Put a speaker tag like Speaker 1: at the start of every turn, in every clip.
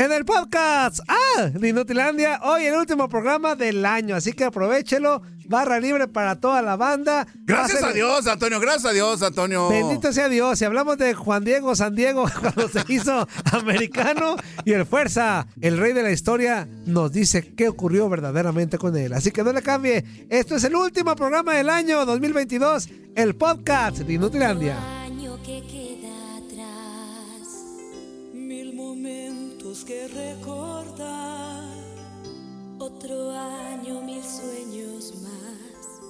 Speaker 1: En el podcast, ah, de Inutilandia, hoy el último programa del año, así que aprovechelo, barra libre para toda la banda.
Speaker 2: Gracias
Speaker 1: Pásenle-
Speaker 2: a Dios, Antonio, gracias a Dios, Antonio.
Speaker 1: Bendito sea Dios. Si hablamos de Juan Diego San Diego cuando se hizo americano y el Fuerza, el rey de la historia, nos dice qué ocurrió verdaderamente con él. Así que no le cambie. Esto es el último programa del año 2022, el podcast de Inutilandia.
Speaker 3: año que queda atrás, mil momentos que recordar, otro año, mil sueños más,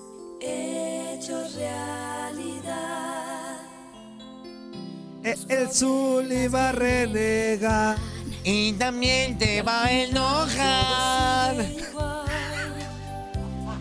Speaker 3: hechos realidad.
Speaker 1: E- El Zully va a renegar.
Speaker 4: Y también te va a enojar.
Speaker 3: Igual,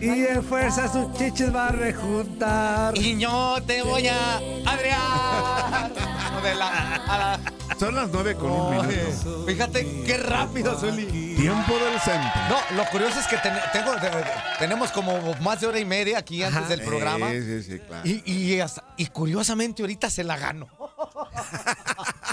Speaker 1: Y el Fuerza sus chiches va a rejuntar.
Speaker 4: Y yo te voy a adrear. De la- a la-
Speaker 2: Son las nueve con un
Speaker 4: Oye,
Speaker 2: minuto.
Speaker 4: Fíjate qué rápido, Zuli.
Speaker 2: Tiempo del centro.
Speaker 4: No, lo curioso es que ten- tengo- de- tenemos como más de hora y media aquí antes del programa.
Speaker 2: Sí, sí, sí, claro.
Speaker 4: Y, y hasta- y curiosamente ahorita se la ganó.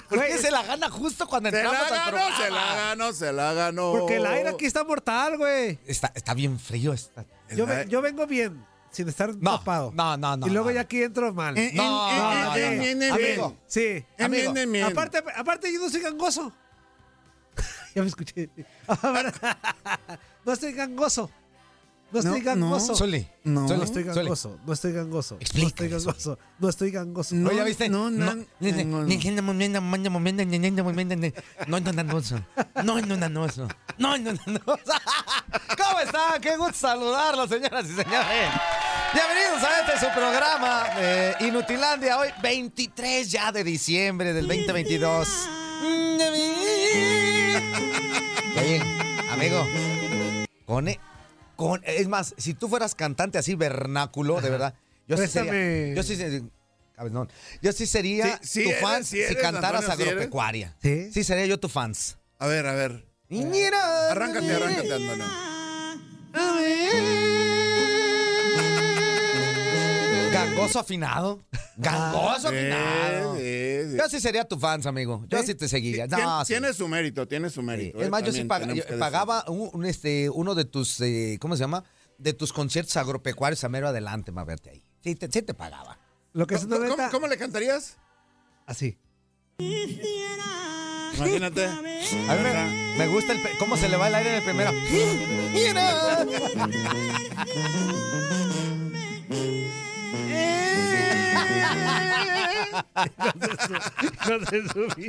Speaker 4: Porque se la gana justo cuando
Speaker 2: se la
Speaker 4: entramos al
Speaker 2: ganó,
Speaker 4: programa.
Speaker 2: se la ganó, se la ganó. Eh,
Speaker 1: Porque el aire aquí está mortal, güey.
Speaker 4: Está, está bien frío. Está.
Speaker 2: El
Speaker 1: Yo, ve-
Speaker 2: aire-
Speaker 1: yo vengo bien, sin estar
Speaker 4: No,
Speaker 1: tapado.
Speaker 4: no, no, no,
Speaker 1: Y luego
Speaker 4: no.
Speaker 1: ya aquí entro mal.
Speaker 2: Eh,
Speaker 4: No,
Speaker 2: eh,
Speaker 4: no,
Speaker 2: eh,
Speaker 4: no,
Speaker 2: eh,
Speaker 4: no,
Speaker 2: eh,
Speaker 4: no.
Speaker 2: eh,
Speaker 4: Amigo.
Speaker 1: Sí.
Speaker 2: Eh,
Speaker 4: amigo.
Speaker 2: eh, eh, eh.
Speaker 1: Aparte, aparte, yo no soy gangoso. ya me escuché. no estoy gangoso. No
Speaker 2: No,
Speaker 1: estoy
Speaker 2: no,
Speaker 1: gangoso.
Speaker 4: Zuli,
Speaker 2: No,
Speaker 4: Zuli,
Speaker 1: No estoy
Speaker 4: Zuli.
Speaker 1: gangoso. No estoy gangoso. No estoy
Speaker 4: Explícale,
Speaker 1: gangoso. No estoy gangoso.
Speaker 2: No,
Speaker 4: Oye, ¿viste?
Speaker 2: no, no,
Speaker 4: no,
Speaker 2: no, no.
Speaker 4: ¿Cómo están? Qué gusto saludarlos, señoras y señores. Bienvenidos a este su programa eh, Inutilandia, hoy 23 ya de diciembre del 2022. Oye, amigo, con, e, con, es más, si tú fueras cantante así vernáculo, de verdad, yo sí sería,
Speaker 1: Préstame.
Speaker 4: yo sí sería- Cabezón. Yo sí sería
Speaker 2: Sí, sí
Speaker 4: tu
Speaker 2: eres,
Speaker 4: fan
Speaker 2: sí
Speaker 4: si
Speaker 2: eres,
Speaker 4: cantaras
Speaker 2: Antonio, sí eres.
Speaker 4: agropecuaria.
Speaker 1: ¿Sí?
Speaker 4: sería yo tu fans.
Speaker 2: A ver, a ver.
Speaker 4: Mira.
Speaker 2: Eh, Arráncate, arráncate, Antonio.
Speaker 4: Gangoso afinado.
Speaker 2: Ah,
Speaker 4: Gangoso afinado.
Speaker 2: Eh, eh, eh.
Speaker 4: Yo sí sería tu fans, amigo. Yo
Speaker 2: ¿Eh?
Speaker 4: sí te seguiría.
Speaker 2: Tien-
Speaker 4: No, sí.
Speaker 2: Tiene su mérito, tiene su
Speaker 4: Sí.
Speaker 2: mérito. eh,
Speaker 4: Es más, yo sí
Speaker 2: también
Speaker 4: pag-
Speaker 2: tenemos
Speaker 4: yo
Speaker 2: que decir.
Speaker 4: pagaba un, un, este, uno de tus, eh, ¿cómo se llama? De tus conciertos agropecuarios a mero adelante, más verte ahí. Sí te, sí te pagaba.
Speaker 1: Lo que es una
Speaker 2: ¿Cómo-
Speaker 1: neta.
Speaker 2: ¿Cómo, cómo le cantarías?
Speaker 1: Así.
Speaker 2: Imagínate.
Speaker 4: A mí me, me gusta el pe- cómo se le va el aire en el primero. Mira.
Speaker 1: No te subí.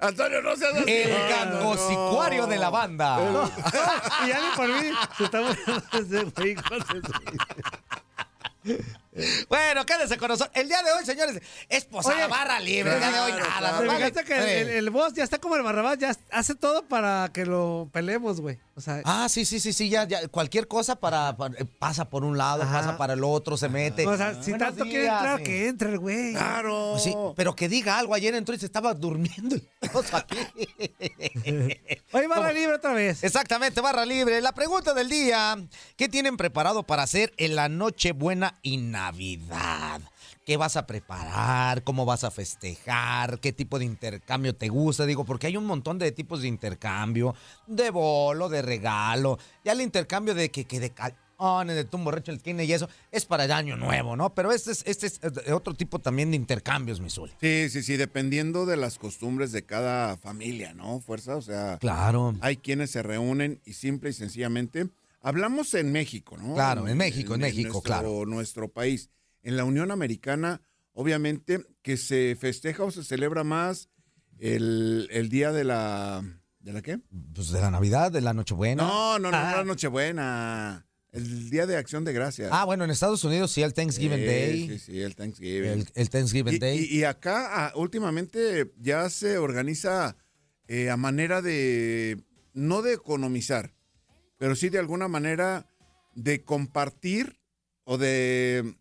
Speaker 2: Antonio, no seas así.
Speaker 4: El
Speaker 2: No, no,
Speaker 4: gangosicuario de la banda.
Speaker 1: y ya ni por mí se está burlando ese güey. hijo de su-
Speaker 4: Bueno, quédense con nosotros. El día de hoy, señores, es posada
Speaker 1: Oye,
Speaker 4: barra libre. El día de hoy
Speaker 2: claro,
Speaker 4: nada.
Speaker 2: claro.
Speaker 4: nos
Speaker 1: ¿Te
Speaker 4: vale.
Speaker 1: fijaste que el, el, el boss ya está como el barrabás? Ya hace todo para que lo peleemos, güey. O sea,
Speaker 4: Ah, sí, sí, sí, sí, ya, ya, cualquier cosa para, para- eh, pasa por un lado,
Speaker 1: Ajá.
Speaker 4: pasa para el otro, se mete.
Speaker 1: o sea si
Speaker 4: Buenos
Speaker 1: tanto quiere
Speaker 4: días,
Speaker 1: entrar,
Speaker 4: sí.
Speaker 1: que entre el güey.
Speaker 2: Claro.
Speaker 4: Pues sí, pero que diga algo, ayer entró y se estaba durmiendo el oso aquí.
Speaker 1: Hoy va la libre otra vez.
Speaker 4: Exactamente, barra libre. La pregunta del día, ¿qué tienen preparado para hacer en la Nochebuena y Navidad? ¿Qué vas a preparar? ¿Cómo vas a festejar? ¿Qué tipo de intercambio te gusta? Digo, porque hay un montón de tipos de intercambio, de bolo, de regalo, ya el intercambio de que, que de... ca- canciones de Tumbo Recho el Kine y eso. Es para el año nuevo, ¿no? Pero este es, este es eh, otro tipo también de intercambios, mi Zuli.
Speaker 2: Sí, sí, sí, dependiendo de las costumbres de cada familia, ¿no? Fuerza, o sea,
Speaker 4: Claro.
Speaker 2: hay quienes se reúnen y simple y sencillamente hablamos en México, ¿no?
Speaker 4: Claro, en México, en México,
Speaker 2: nuestro-
Speaker 4: claro.
Speaker 2: Nuestro país. En la Unión Americana, obviamente, que se festeja o se celebra más el, el día de la. ¿De la qué?
Speaker 4: Pues de la Navidad, de la Nochebuena.
Speaker 2: No, no, no,
Speaker 1: Ah.
Speaker 2: la Nochebuena. El día de Acción de Gracias.
Speaker 4: Ah, bueno, en Estados Unidos sí, el Thanksgiving
Speaker 2: Sí,
Speaker 4: Day.
Speaker 2: Sí, sí, el Thanksgiving.
Speaker 4: El, el Thanksgiving
Speaker 2: Y-
Speaker 4: Day.
Speaker 2: Y, y acá ah, últimamente ya se organiza eh, a manera de, no de economizar, pero sí de alguna manera de compartir o de,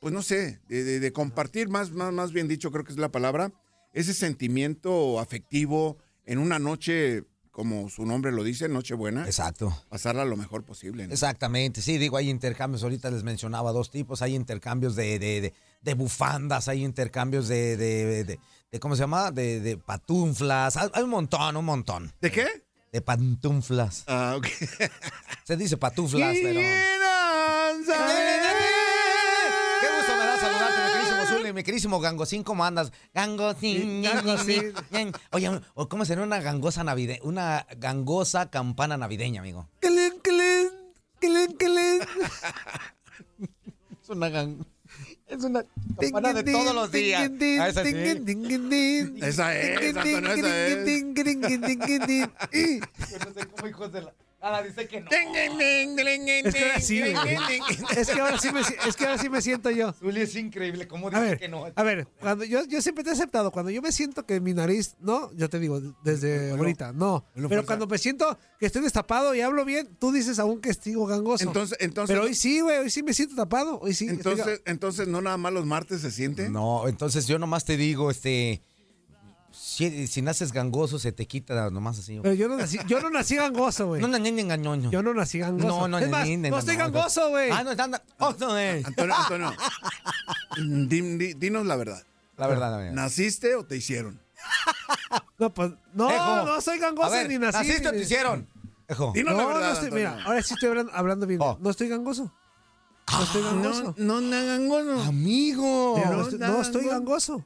Speaker 2: pues no sé, de, de- de compartir, más, más, más bien dicho creo que es la palabra, ese sentimiento afectivo en una noche, como su nombre lo dice, Nochebuena,
Speaker 4: Exacto.
Speaker 2: pasarla lo mejor posible. ¿no?
Speaker 4: Exactamente, sí, digo, hay intercambios, ahorita les mencionaba dos tipos, hay intercambios de, de, de- de bufandas, hay intercambios de, de, de- de- ¿cómo se llama? De, de patunflas, hay hay un montón, un montón.
Speaker 2: ¿De qué?
Speaker 4: De patunflas.
Speaker 2: Ah, ok.
Speaker 4: Se dice patuflas, pero... Qué gusto me da saludarte, mi querísimo Zuli, mi querísimo Gangosín, ¿cómo andas? Gangosín.
Speaker 1: Sí,
Speaker 4: ña, ña,
Speaker 1: Gangosín.
Speaker 4: ña, ña. Oye, o ¿cómo será una gangosa navideña? Una gangosa campana navideña, amigo.
Speaker 1: Clen, clen, clen, clen.
Speaker 4: Es una gan- Es una
Speaker 1: Ting,
Speaker 4: campana de
Speaker 1: ting,
Speaker 4: todos los
Speaker 1: ting,
Speaker 4: días.
Speaker 1: ting, ting,
Speaker 4: Ah, esa sí.
Speaker 1: ting, ting, ting, ting.
Speaker 2: Esa es,
Speaker 1: Ting, ting,
Speaker 2: Antonio, esa
Speaker 1: ting,
Speaker 2: es.
Speaker 1: ting, ting, ting, ting, ting, ting. Eh,
Speaker 4: Yo no sé cómo hijos de la. Ahora dice que no.
Speaker 1: Es que ahora sí, güey. Es que ahora sí me, es que ahora sí me siento yo.
Speaker 4: Zuli es increíble. ¿Cómo
Speaker 1: A
Speaker 4: dice
Speaker 1: ver,
Speaker 4: que no?
Speaker 1: a ver, cuando yo, yo siempre te he aceptado. Cuando yo me siento que mi nariz, no, yo te digo desde ahorita, no.
Speaker 2: bueno,
Speaker 1: Pero
Speaker 2: fuerza.
Speaker 1: cuando me siento que estoy destapado y hablo bien, tú dices aún que estigo gangoso.
Speaker 2: Entonces, entonces,
Speaker 1: Pero hoy sí, güey, hoy sí me siento tapado. Hoy sí. estoy ga-
Speaker 2: Entonces, entonces no nada más los martes se siente.
Speaker 4: No, entonces yo nomás te digo, este. Si, si naces gangoso, se te quita nomás así.
Speaker 1: pero yo no nací, yo no nací gangoso, güey.
Speaker 4: No, no, no, no, no, no.
Speaker 1: yo no nací gangoso.
Speaker 4: No, no,
Speaker 1: es
Speaker 4: no,
Speaker 1: más,
Speaker 4: no, no,
Speaker 1: no,
Speaker 4: no,
Speaker 1: estoy
Speaker 4: no.
Speaker 1: gangoso, güey.
Speaker 4: Ah, no, está gangoso, güey.
Speaker 2: Antonio, Antonio, di- di- dinos la verdad.
Speaker 4: La verdad, la verdad.
Speaker 2: ¿Naciste o te hicieron?
Speaker 1: No, pues, no,
Speaker 4: Ejo.
Speaker 1: no soy
Speaker 4: A
Speaker 1: gangoso
Speaker 4: ver,
Speaker 1: ni nací.
Speaker 4: ¿Naciste o
Speaker 1: ni-
Speaker 4: te hicieron? Ejo.
Speaker 2: Dinos
Speaker 1: No,
Speaker 2: la
Speaker 1: no,
Speaker 2: verdad.
Speaker 1: estoy,
Speaker 2: Antonio.
Speaker 1: mira, ahora sí estoy hablando, hablando bien.
Speaker 4: Oh.
Speaker 1: No estoy gangoso. No estoy gangoso.
Speaker 2: no, no, no, gangoso.
Speaker 4: Amigo.
Speaker 1: Mira,
Speaker 2: Ah, no,
Speaker 1: no, estoy,
Speaker 2: nada,
Speaker 1: no estoy
Speaker 2: no.
Speaker 1: gangoso.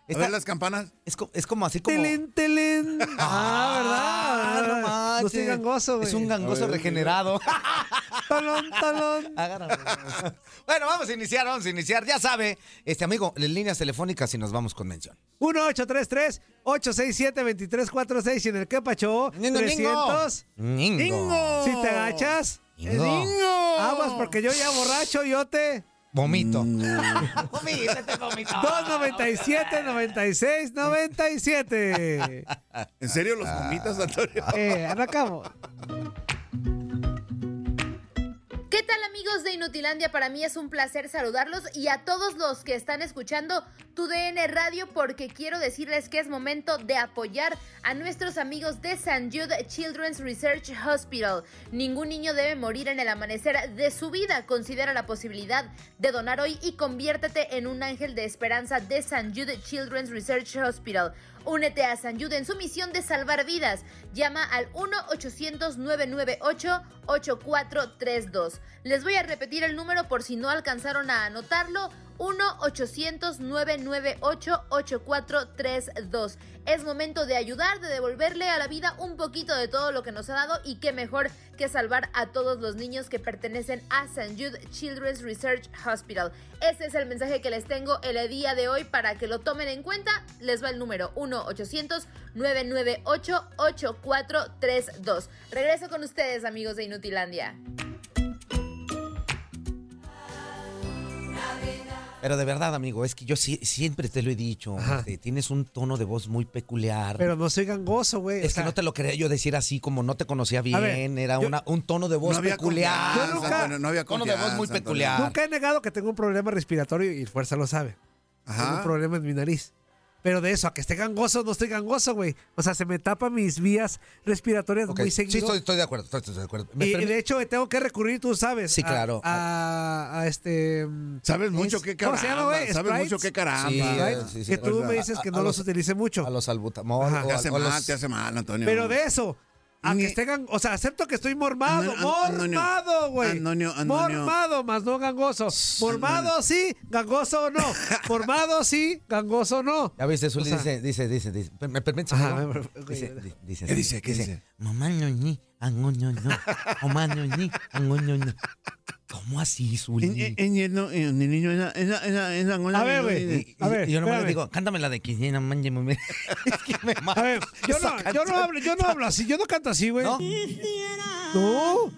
Speaker 2: A
Speaker 4: Está-
Speaker 2: ver las campanas.
Speaker 4: es, co- es como así como.
Speaker 1: Telén, telén. Ah,
Speaker 4: Ah,
Speaker 1: ¿verdad?
Speaker 4: no manches.
Speaker 1: estoy gangoso, güey.
Speaker 4: Es un gangoso regenerado.
Speaker 1: Talón, talón.
Speaker 4: Agárralo. bueno, vamos a iniciar, vamos a iniciar. Ya sabe, este amigo, las líneas telefónicas y nos vamos con mención.
Speaker 1: 1-833-867-2346 y en el Kepacho 300.
Speaker 4: Ningo.
Speaker 1: Si te agachas, eh,
Speaker 4: Ningo.
Speaker 1: aguas porque yo ya borracho, yo te...
Speaker 4: Vomito. Ah.
Speaker 1: 297, 96, 97.
Speaker 2: ¿En serio los vomitas, Antonio?
Speaker 1: Eh, arrancamos.
Speaker 5: ¿Qué tal amigos de Inutilandia? Para mí es un placer saludarlos y a todos los que están escuchando tu DN Radio porque quiero decirles que es momento de apoyar a nuestros amigos de San Jude Children's Research Hospital. Ningún niño debe morir en el amanecer de su vida. Considera la posibilidad de donar hoy y conviértete en un ángel de esperanza de San Jude Children's Research Hospital. Únete a San Jude en su misión de salvar vidas. Llama al 1-800-998-8432. Les voy a repetir el número por si no alcanzaron a anotarlo. 1-800-998-8432. Es momento de ayudar, de devolverle a la vida un poquito de todo lo que nos ha dado y qué mejor que salvar a todos los niños que pertenecen a St. Jude Children's Research Hospital. Ese es el mensaje que les tengo el día de hoy para que lo tomen en cuenta. Les va el número 1-800-998-8432. Regreso con ustedes, amigos de Inutilandia.
Speaker 4: Pero de verdad, amigo, es que yo sí- siempre te lo he dicho.
Speaker 1: Ajá.
Speaker 4: este, tienes un tono de voz muy peculiar.
Speaker 1: Pero no soy gangoso, güey. o
Speaker 4: es que
Speaker 1: sea,
Speaker 4: no te lo quería yo decir así, como no te conocía bien.
Speaker 1: A ver,
Speaker 4: era
Speaker 1: yo-
Speaker 4: una- un tono de voz
Speaker 2: había
Speaker 4: peculiar.
Speaker 2: confianza,
Speaker 1: Yo nunca-
Speaker 2: Antonio, no había
Speaker 4: Tono de voz muy
Speaker 2: confianza, Antonio.
Speaker 4: peculiar.
Speaker 1: Nunca he negado que tengo un problema respiratorio y fuerza lo sabe. Tengo un
Speaker 2: Ajá.
Speaker 1: problema en mi nariz. Pero de eso, a que esté gangoso, no estoy gangoso, güey. O sea, se me tapan mis vías respiratorias
Speaker 4: Ok,
Speaker 1: muy
Speaker 4: Sí,
Speaker 1: seguido.
Speaker 4: estoy, estoy de acuerdo. estoy- estoy de acuerdo. ¿Me
Speaker 1: Y
Speaker 4: permi-
Speaker 1: de hecho, tengo que recurrir, tú sabes.
Speaker 4: Sí,
Speaker 1: a-
Speaker 4: claro.
Speaker 1: A, a este. mm,
Speaker 2: Sabes mucho
Speaker 1: es-
Speaker 2: qué
Speaker 1: ¿cómo
Speaker 2: caramba.
Speaker 1: se llama, güey?
Speaker 2: Sabes
Speaker 1: Sprites.
Speaker 2: mucho qué caramba.
Speaker 4: Sí, eh,
Speaker 1: Sprite,
Speaker 4: sí, sí,
Speaker 1: que
Speaker 4: sí,
Speaker 1: tú
Speaker 4: a-
Speaker 1: me dices
Speaker 4: a-
Speaker 1: que
Speaker 4: a
Speaker 1: no
Speaker 4: los-
Speaker 1: los utilice mucho.
Speaker 4: a los albutamol.
Speaker 1: Ajá.
Speaker 4: o
Speaker 2: Te
Speaker 4: a-
Speaker 2: hace
Speaker 4: o a los-
Speaker 2: mal, te hace mal, Antonio.
Speaker 1: Pero de eso, A
Speaker 2: Ni-
Speaker 1: que tengan, o sea, acepto que estoy mormado,
Speaker 2: Antonio, Antonio,
Speaker 1: mormado, güey.
Speaker 2: Antonio, Antonio.
Speaker 1: Mormado, más no gangoso. Mormado sí, gangoso no. Mormado sí, gangoso no.
Speaker 4: Ya viste, Zuli
Speaker 1: O sea-
Speaker 4: dice, dice, dice, dice. ¿Me- ¿Me permites?
Speaker 1: Ajá,
Speaker 4: perdón?
Speaker 1: me- me- ok,
Speaker 4: dice,
Speaker 1: dale.
Speaker 4: di- dice,
Speaker 2: ¿Qué dice? ¿Qué dice?
Speaker 4: Mamá ñoñi, angó ñoño. Mamá ñoñi, angó ñoño. ¿Cómo así, Zuli?
Speaker 1: A ver, güey.
Speaker 4: Y,
Speaker 1: A
Speaker 4: y-
Speaker 1: ver,
Speaker 4: y yo nomás le
Speaker 1: espérame.
Speaker 4: digo, cántame la de quisiera, manje, mami. Es que me mata
Speaker 1: A ver, yo
Speaker 4: esa
Speaker 1: no, yo no
Speaker 4: canción.
Speaker 1: hablo, yo no hablo así, yo no canto así, güey.
Speaker 4: ¿No?
Speaker 1: No.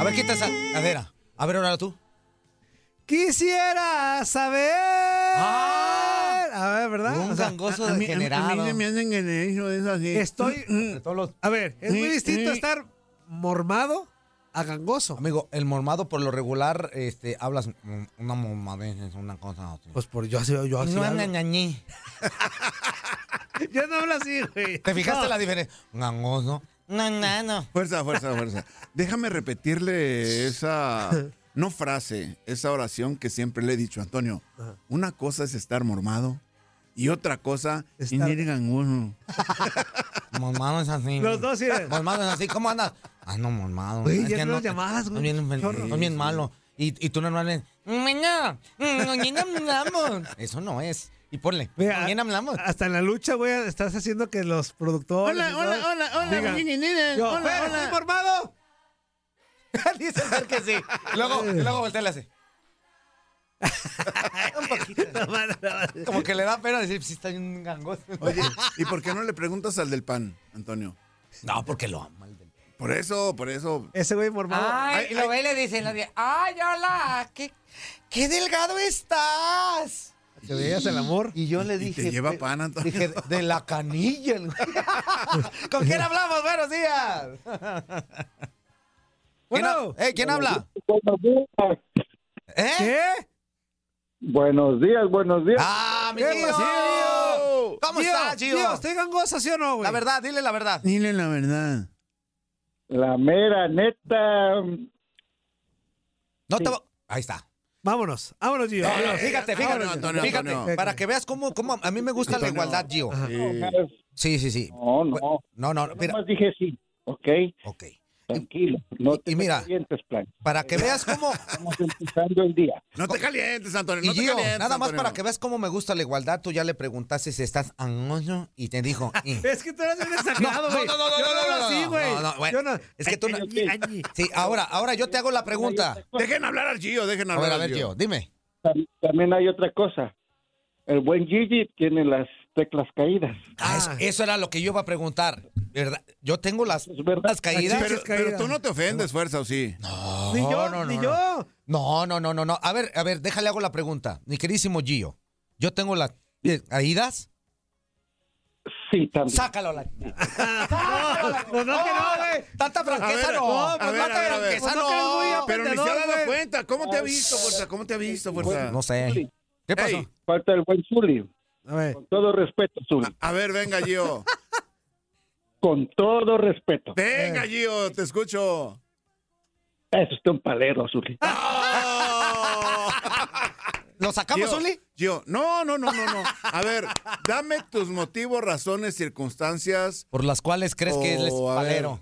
Speaker 4: A ver, quita esa cadera. A ver, ahora tú.
Speaker 1: Quisiera saber.
Speaker 4: Ah.
Speaker 1: a ver, ¿verdad?
Speaker 4: Un
Speaker 1: O sea,
Speaker 4: gangoso
Speaker 2: A mí- A mí
Speaker 4: degenerado.
Speaker 2: se me hacen que le hizo eso así.
Speaker 1: estoy.
Speaker 4: De todos los-
Speaker 1: A ver, es muy
Speaker 2: Mm,
Speaker 1: distinto
Speaker 2: mm.
Speaker 1: estar mormado a gangoso.
Speaker 4: Amigo, el mormado por lo regular, este, hablas mm, una mormadez, es una cosa así.
Speaker 1: Pues por yo así, yo así.
Speaker 4: No,
Speaker 1: hablo.
Speaker 4: ñañañi.
Speaker 1: Yo no hablo así, güey.
Speaker 4: ¿Te fijaste
Speaker 1: No.
Speaker 4: la diferencia? Gangoso. No, no, no.
Speaker 2: Fuerza, fuerza, fuerza. Déjame repetirle esa, no frase, esa oración que siempre le he dicho, Antonio. Una cosa es estar mormado y otra cosa es
Speaker 1: Estar-
Speaker 2: ir gangoso.
Speaker 4: Mormado es así.
Speaker 1: Los dos, sí.
Speaker 4: Mormado es así. ¿Cómo andas? Ah, no, mormado.
Speaker 1: Güey,
Speaker 4: Es
Speaker 1: ya
Speaker 4: que
Speaker 1: no nos llamabas, güey.
Speaker 4: Estás bien,
Speaker 1: Chorro.
Speaker 4: estás bien malo. Y, y tú "Mm, no hables. Mañana. Mañana hablamos. Eso no es. Y ponle.
Speaker 1: Mira,
Speaker 4: Mañana hablamos.
Speaker 1: Hasta en la lucha, güey, estás haciendo que los productores. y todo- Digan, yo, "Güey, estoy mormado.
Speaker 4: Dice ser que sí. Luego, luego voltea y le hace. Un poquito. Como que le da pena decir, sí, está bien gangoso.
Speaker 2: Oye, ¿y por qué no le preguntas al del pan, Antonio?
Speaker 4: No, porque lo ama. el del-
Speaker 2: Por eso, por eso.
Speaker 1: Ese güey mormado.
Speaker 4: Ay, y lo ve y le dice, la tía, ay, hola, qué, qué delgado estás.
Speaker 1: Te veías el amor.
Speaker 4: Y yo le
Speaker 2: Y
Speaker 4: dije.
Speaker 2: te lleva
Speaker 4: pe-
Speaker 2: pan, Antonio.
Speaker 4: Dije, de la canilla. el güey". ¿Con quién hablamos? Buenos días. ¿Quién, ha-
Speaker 1: Bueno.
Speaker 4: eh, ¿quién habla?
Speaker 6: Buenos días.
Speaker 4: ¿Eh?
Speaker 1: ¿Qué?
Speaker 6: Buenos días, buenos días.
Speaker 4: ¡Ah, mi
Speaker 1: ¿Qué
Speaker 4: tío!
Speaker 1: pasó?
Speaker 4: ¿Cómo
Speaker 1: Gio,
Speaker 4: estás, Gio?
Speaker 1: Gio, estoy gangoso, ¿sí o no, güey?
Speaker 4: La verdad, dile la verdad.
Speaker 2: Dile la verdad.
Speaker 6: La mera neta.
Speaker 4: No te va- Ahí está.
Speaker 1: Vámonos, vámonos, Gio.
Speaker 4: No, no, fíjate, fíjate,
Speaker 2: Antonio, Antonio,
Speaker 4: fíjate,
Speaker 2: Antonio.
Speaker 4: para que veas cómo, cómo a mí me gusta la
Speaker 2: Antonio.
Speaker 4: igualdad, Gio.
Speaker 2: Sí.
Speaker 4: Sí, sí, sí.
Speaker 6: No, no.
Speaker 4: No, no,
Speaker 6: Yo
Speaker 4: mira,
Speaker 6: nomás dije sí. Ok,
Speaker 4: ok.
Speaker 6: tranquilo. No
Speaker 4: y-
Speaker 6: te
Speaker 4: y mira.
Speaker 6: sientes, plan.
Speaker 4: Para que veas cómo,
Speaker 6: Estamos empezando el día.
Speaker 2: No te calientes, Antonio.
Speaker 4: Y
Speaker 2: No te
Speaker 4: Gio,
Speaker 2: calientes,
Speaker 4: nada más
Speaker 2: Antonio.
Speaker 4: para que veas cómo me gusta la igualdad, tú ya le preguntaste si estás angoño y te dijo. "Eh".
Speaker 1: Es que tú eres bien exagerado, güey.
Speaker 4: no, no, no,
Speaker 1: Yo
Speaker 4: no,
Speaker 1: hablo
Speaker 4: no,
Speaker 1: así,
Speaker 4: no,
Speaker 1: güey.
Speaker 4: no, no, bueno,
Speaker 1: Yo no-
Speaker 4: es que tú no-
Speaker 1: Ay, ay, ay.
Speaker 4: Sí, ahora, ahora yo te hago la pregunta.
Speaker 2: Dejen hablar al Gio, dejen
Speaker 4: A
Speaker 2: hablar
Speaker 4: ver, a
Speaker 2: al
Speaker 4: ver,
Speaker 2: Gio.
Speaker 4: Gio, dime.
Speaker 6: Tam- También hay otra cosa. El buen Gigi tiene las teclas caídas.
Speaker 4: Ah, eso, eso era lo que yo iba a preguntar. ¿Verdad? Yo tengo las,
Speaker 6: Es verdad.
Speaker 4: las caídas.
Speaker 1: Ay, sí,
Speaker 2: Pero, pero tú no te ofendes, fuerza, ¿o sí?
Speaker 4: No,
Speaker 1: Ni
Speaker 4: no,
Speaker 1: yo,
Speaker 4: no,
Speaker 1: ni
Speaker 4: no.
Speaker 1: yo.
Speaker 4: No, no, no, no, no. A ver, a ver, déjale hago la pregunta. Mi querísimo Gio, yo tengo eh, las caídas.
Speaker 6: Sí, también.
Speaker 4: Sácalo la.
Speaker 1: Pues no que no, güey.
Speaker 4: Tanta franqueza
Speaker 2: A ver,
Speaker 4: no.
Speaker 2: no,
Speaker 4: pues
Speaker 2: a ver,
Speaker 4: tanta
Speaker 2: a ver, a ver.
Speaker 4: franqueza
Speaker 1: Pues no que eres muy
Speaker 4: no.
Speaker 2: Pero ni se ha
Speaker 1: Vendedor,
Speaker 2: dado
Speaker 1: güey.
Speaker 2: cuenta. ¿Cómo te ha visto, fuerza? ¿Cómo te ha visto, fuerza?
Speaker 4: No sé. ¿Qué pasó?
Speaker 2: Ey,
Speaker 6: Falta el buen Zuli.
Speaker 1: A ver.
Speaker 6: Con todo respeto, Zuli.
Speaker 2: a ver, venga, Gio.
Speaker 6: Con todo respeto.
Speaker 2: Venga, Gio, te escucho.
Speaker 6: Eso está un palero, Zuli.
Speaker 2: ¡Oh!
Speaker 4: ¿Lo sacamos,
Speaker 2: Gio,
Speaker 4: Uli?
Speaker 2: Gio, no, no, no, no, no. A ver, dame tus motivos, razones, circunstancias.
Speaker 4: Por las cuales crees que él es
Speaker 2: Oh, a ver.
Speaker 4: palero.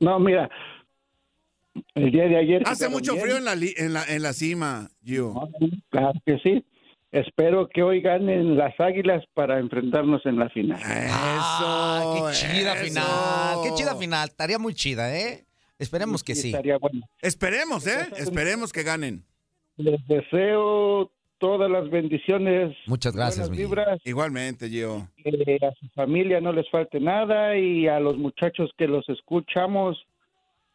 Speaker 6: No, mira. El día de ayer.
Speaker 2: Hace
Speaker 6: quedaron
Speaker 2: mucho
Speaker 6: bien.
Speaker 2: frío en la, li- en la, en la cima, Gio.
Speaker 6: Claro que sí. Espero que hoy ganen las águilas para enfrentarnos en la final.
Speaker 2: Eso.
Speaker 4: Ah, qué chida
Speaker 2: eso.
Speaker 4: final. Qué chida final. Estaría muy chida, ¿eh? Esperemos que sí.
Speaker 6: Estaría bueno.
Speaker 2: Esperemos, ¿eh? Esperemos que ganen.
Speaker 6: Les deseo todas las bendiciones.
Speaker 4: Muchas gracias,
Speaker 6: buenas
Speaker 4: mi Gio.
Speaker 6: vibras,
Speaker 2: Igualmente, Gio.
Speaker 6: que a su familia no les falte nada y a los muchachos que los escuchamos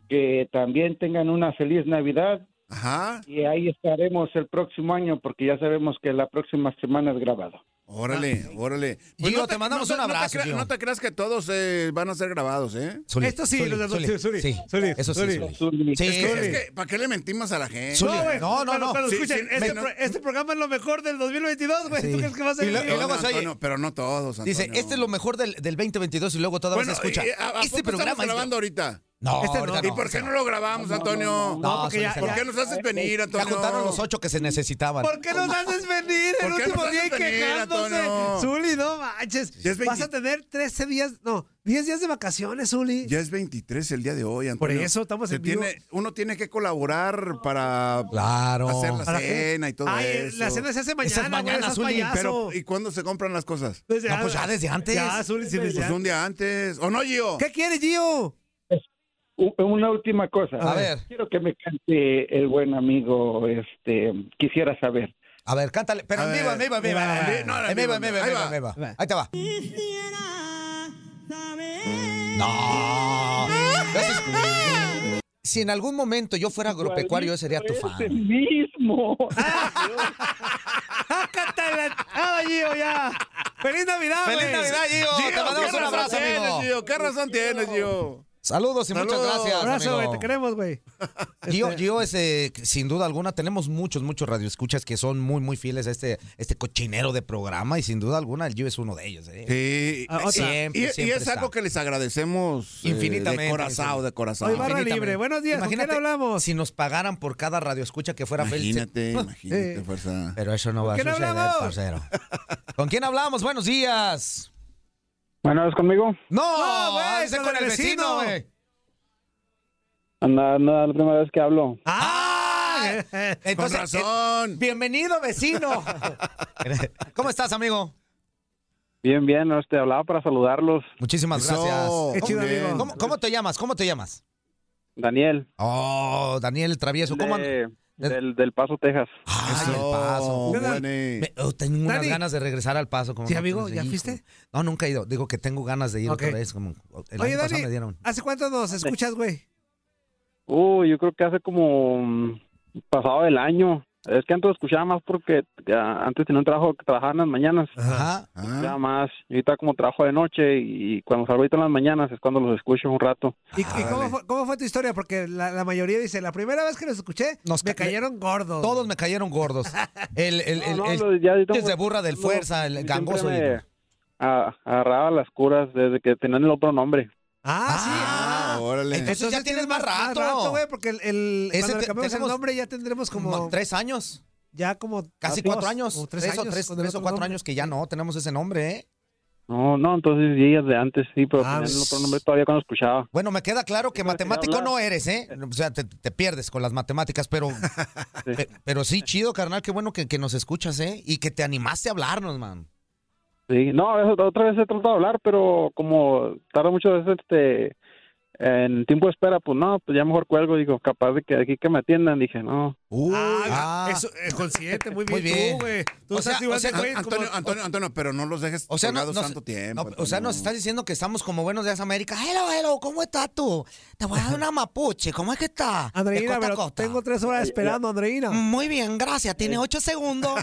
Speaker 6: que también tengan una feliz Navidad
Speaker 2: Ajá.
Speaker 6: y ahí estaremos el próximo año porque ya sabemos que la próxima semana es grabado.
Speaker 4: Ah,
Speaker 2: Órale, órale. Pues
Speaker 4: Gio, te mandamos un
Speaker 2: no
Speaker 4: abrazo,
Speaker 2: crea-
Speaker 4: Gio.
Speaker 2: No te creas que todos eh, van a ser grabados, ¿eh?
Speaker 4: Zuli,
Speaker 1: Esto sí,
Speaker 4: Zuli,
Speaker 1: los de-
Speaker 4: Zuli,
Speaker 1: sí, Zuli,
Speaker 4: sí,
Speaker 1: Zuli,
Speaker 4: eso sí,
Speaker 1: Zuli.
Speaker 4: Zuli.
Speaker 6: Zuli,
Speaker 4: Sí,
Speaker 2: Es que,
Speaker 4: Zuli.
Speaker 2: es que, ¿para qué le mentimos a la gente?
Speaker 4: Zuli,
Speaker 1: No, güey.
Speaker 4: no, no,
Speaker 1: cuando-
Speaker 4: no.
Speaker 1: Cuando
Speaker 2: Sí,
Speaker 1: escuchen,
Speaker 2: sí,
Speaker 1: este,
Speaker 2: no.
Speaker 1: pro- este programa es lo mejor del 2022, güey.
Speaker 4: Sí.
Speaker 1: ¿Tú crees que va a ser?
Speaker 4: Y lo-
Speaker 2: No,
Speaker 4: y luego
Speaker 2: no,
Speaker 4: se oye-
Speaker 2: Antonio, pero no todos, Antonio.
Speaker 4: Dice, este es lo mejor del, del 2022 y luego todavía
Speaker 2: bueno,
Speaker 4: se escucha.
Speaker 2: y- ¿a- a
Speaker 4: este
Speaker 2: poco
Speaker 4: programa
Speaker 2: estamos
Speaker 4: es...
Speaker 2: grabando ahorita.
Speaker 4: No,
Speaker 1: Este no.
Speaker 4: ahorita
Speaker 2: ¿Y
Speaker 4: no,
Speaker 2: por
Speaker 4: este
Speaker 2: qué no
Speaker 4: no.
Speaker 2: lo grabamos, Antonio?
Speaker 4: No,
Speaker 1: porque
Speaker 4: Zuli,
Speaker 1: ya-
Speaker 4: se-
Speaker 2: ¿Por qué nos haces venir,
Speaker 4: Ya
Speaker 2: Antonio?
Speaker 4: juntaron los ocho que se necesitaban.
Speaker 1: ¿Por qué nos haces venir el
Speaker 2: ¿Por qué
Speaker 1: último
Speaker 2: nos
Speaker 1: día y
Speaker 2: haces venir,
Speaker 1: quejándose?
Speaker 2: Antonio?
Speaker 1: Zuli, no manches.
Speaker 2: Ya es
Speaker 1: Vas a
Speaker 2: 20.
Speaker 1: tener 13 días, no, 10 días de vacaciones, Uli.
Speaker 2: Ya es 23 el día de hoy,
Speaker 1: Por
Speaker 2: Antonio.
Speaker 1: eso estamos
Speaker 2: Se
Speaker 1: en vivo.
Speaker 2: tiene- uno tiene que colaborar para
Speaker 4: Claro.
Speaker 2: hacer la
Speaker 1: ¿Para qué?
Speaker 2: cena y todo
Speaker 1: Ay,
Speaker 2: eso.
Speaker 1: la cena se hace mañana,
Speaker 4: Esas
Speaker 1: güey,
Speaker 4: mañanas,
Speaker 1: esas
Speaker 4: Uli,
Speaker 1: payaso.
Speaker 2: Pero, ¿y cuándo se compran las cosas?
Speaker 1: Desde-
Speaker 4: No, pues ya desde antes.
Speaker 1: Ya, Zuli, sí, desde
Speaker 2: Pues un
Speaker 1: antes.
Speaker 2: día antes. ¿O no, Gio?
Speaker 1: ¿Qué quieres, Gio?
Speaker 7: U- Una última cosa.
Speaker 4: A ver,
Speaker 7: Quiero que me cante el buen amigo, este, quisiera saber.
Speaker 4: a ver, cántale. Pero
Speaker 2: A
Speaker 4: en
Speaker 2: ver.
Speaker 4: vivo, en vivo, en vivo.
Speaker 1: Ahí va.
Speaker 4: En vivo, en vivo, en vivo,
Speaker 2: Ahí
Speaker 4: en
Speaker 2: va.
Speaker 4: vivo.
Speaker 1: va.
Speaker 4: Ahí te va. No. Eso es- Si en algún momento yo fuera agropecuario, yo sería tu
Speaker 7: ¡Ese
Speaker 4: fan.
Speaker 7: mismo!
Speaker 1: ¡Cántala! ¡Ah, Gio, ya! ¡Feliz Navidad, güey!
Speaker 4: ¡Feliz Navidad, Gio!
Speaker 2: Gio,
Speaker 4: Te
Speaker 2: ¿qué
Speaker 4: mandamos un
Speaker 2: razón
Speaker 4: abrazo,
Speaker 2: tienes,
Speaker 4: amigo.
Speaker 2: Gio? ¿Qué razón tienes, Gio?
Speaker 4: Saludos y muchas
Speaker 2: Saludos.
Speaker 4: gracias,
Speaker 1: Abrazo, güey, te
Speaker 4: amigo.
Speaker 1: queremos, güey.
Speaker 4: Gio,
Speaker 2: Este-
Speaker 4: Gio es, eh, sin duda alguna, tenemos muchos, muchos radioescuchas que son muy, muy fieles a este, este cochinero de programa y sin duda alguna el Gio es uno de ellos. ¿eh?
Speaker 2: Sí.
Speaker 1: Ah, otra.
Speaker 4: Siempre,
Speaker 2: Y, y
Speaker 4: siempre
Speaker 2: es
Speaker 4: está.
Speaker 2: algo que les agradecemos eh,
Speaker 4: Infinitamente,
Speaker 2: de corazón,
Speaker 4: infinitamente.
Speaker 2: de corazón.
Speaker 1: Hoy barra
Speaker 4: Infinitamente.
Speaker 1: libre. Buenos días, ¿con quién
Speaker 4: Imagínate
Speaker 1: hablamos?
Speaker 4: Si nos pagaran por cada radioescucha que fuera feliz.
Speaker 2: Imagínate, imagínate,
Speaker 1: Eh.
Speaker 2: fuerza.
Speaker 4: Pero eso no va a
Speaker 1: quién
Speaker 4: suceder,
Speaker 1: hablamos?
Speaker 4: parcero. ¿Con quién hablamos? Buenos días.
Speaker 7: Bueno, ¿es conmigo?
Speaker 4: No,
Speaker 1: No,
Speaker 4: güey,
Speaker 1: güey,
Speaker 4: con, el vecino, güey.
Speaker 7: Anda, anda, la primera vez que hablo.
Speaker 4: Ah,
Speaker 2: Con
Speaker 4: entonces, eh,
Speaker 2: razón.
Speaker 4: bienvenido, vecino. ¿Cómo estás, amigo?
Speaker 7: Bien, bien, te hablaba para saludarlos.
Speaker 4: Muchísimas
Speaker 2: Eso,
Speaker 4: gracias.
Speaker 1: Qué chido,
Speaker 2: muy
Speaker 1: amigo.
Speaker 2: bien.
Speaker 4: ¿Cómo, cómo te llamas? ¿Cómo te llamas?
Speaker 7: Daniel,
Speaker 4: Oh, Daniel Travieso. ¿Cómo andas?
Speaker 7: de- del, del Paso, Texas.
Speaker 4: Ay,
Speaker 2: Eso,
Speaker 4: el paso.
Speaker 2: muy
Speaker 1: Mira,
Speaker 2: bien, eh.
Speaker 4: Me- oh, tengo unas
Speaker 1: Dani.
Speaker 4: ganas de regresar al paso. Como
Speaker 1: Sí,
Speaker 4: no
Speaker 1: amigo,
Speaker 4: tienes
Speaker 1: ¿ya
Speaker 4: hijo.
Speaker 1: fuiste?
Speaker 4: No, nunca he ido. Digo que tengo ganas de ir
Speaker 1: Ok.
Speaker 4: otra vez. Como el
Speaker 1: Oye,
Speaker 4: año pasado me
Speaker 1: Dani,
Speaker 4: dieron.
Speaker 1: ¿hace cuánto nos escuchas, güey?
Speaker 7: Uy, yo creo que hace como mm, pasado del año. Es que antes escuchaba más porque ah, antes tenía un trabajo que trabajaba en las mañanas.
Speaker 4: Ajá.
Speaker 2: Ah,
Speaker 7: Escuchaba más. Y ahorita como trabajo de noche y cuando salgo ahorita en las mañanas es cuando los escucho un rato.
Speaker 1: ¿Y, y
Speaker 4: Ah,
Speaker 1: cómo,
Speaker 2: Órale.
Speaker 1: fue, cómo fue tu historia? Porque la, la mayoría dice, la primera vez que los escuché,
Speaker 4: Nos
Speaker 1: me
Speaker 4: ca-
Speaker 1: cayeron gordos.
Speaker 4: Todos me cayeron gordos. El, el, el,
Speaker 7: No, no,
Speaker 4: el-
Speaker 7: lo- ya ahorita-
Speaker 4: de burra del
Speaker 7: no,
Speaker 4: fuerza, el
Speaker 7: siempre
Speaker 4: gangoso.
Speaker 7: me
Speaker 4: y-
Speaker 7: a- agarraba las curas desde que tenían el otro nombre.
Speaker 1: Ah, sí.
Speaker 4: Ah,
Speaker 1: ah.
Speaker 2: órale.
Speaker 4: entonces- ya tienes más rato.
Speaker 1: güey, porque el, el
Speaker 4: Ese
Speaker 1: cuando le
Speaker 4: te-
Speaker 1: cambiamos
Speaker 4: tenemos
Speaker 1: el nombre ya tendremos como,
Speaker 4: Como tres años,
Speaker 1: ya como
Speaker 4: casi
Speaker 1: dos,
Speaker 4: cuatro años.
Speaker 1: o
Speaker 4: Tres, o, tres,
Speaker 1: con el
Speaker 4: tres o
Speaker 1: otro
Speaker 4: cuatro
Speaker 1: nombre.
Speaker 4: años que ya no tenemos ese nombre, ¿eh?
Speaker 7: No, no, entonces sí, desde antes sí, pero
Speaker 1: Ah,
Speaker 7: tenían el otro
Speaker 4: pues.
Speaker 7: nombre todavía cuando escuchaba.
Speaker 4: Bueno, me queda claro que
Speaker 7: Pero si
Speaker 4: matemático
Speaker 7: hablas-
Speaker 4: no eres, ¿eh? O sea, te, te pierdes con las matemáticas, pero, pe- pero sí, chido, carnal, qué bueno que, que nos escuchas, ¿eh? Y que te animaste a hablarnos, man.
Speaker 7: Sí, no, eso- otra vez he tratado de hablar, pero como tarda mucho veces este, en tiempo de espera, pues no, pues ya mejor cuelgo, digo, capaz de que aquí que me atiendan, dije, no.
Speaker 1: Ah,
Speaker 4: Ah.
Speaker 1: eso, eh, consciente, muy
Speaker 4: Muy
Speaker 1: bien,
Speaker 4: bien.
Speaker 1: tú, güey. Tú
Speaker 4: O
Speaker 1: estás
Speaker 4: sea,
Speaker 1: igual
Speaker 4: o sea,
Speaker 1: de güey, como-
Speaker 2: Antonio, Antonio, Antonio, pero no los dejes
Speaker 4: O sea, no-
Speaker 2: colgados
Speaker 4: no-
Speaker 2: tanto tiempo.
Speaker 4: No, o sea, nos estás
Speaker 2: Antonio.
Speaker 4: diciendo que estamos como buenos días América. Hello, hello, ¿cómo estás tú? Te voy a dar una mapuche, ¿cómo es que está? De
Speaker 1: Andreina,
Speaker 4: costa a
Speaker 1: pero
Speaker 4: costa.
Speaker 1: tengo tres horas esperando, Andreina.
Speaker 4: Muy bien, gracias. Tiene ocho segundos.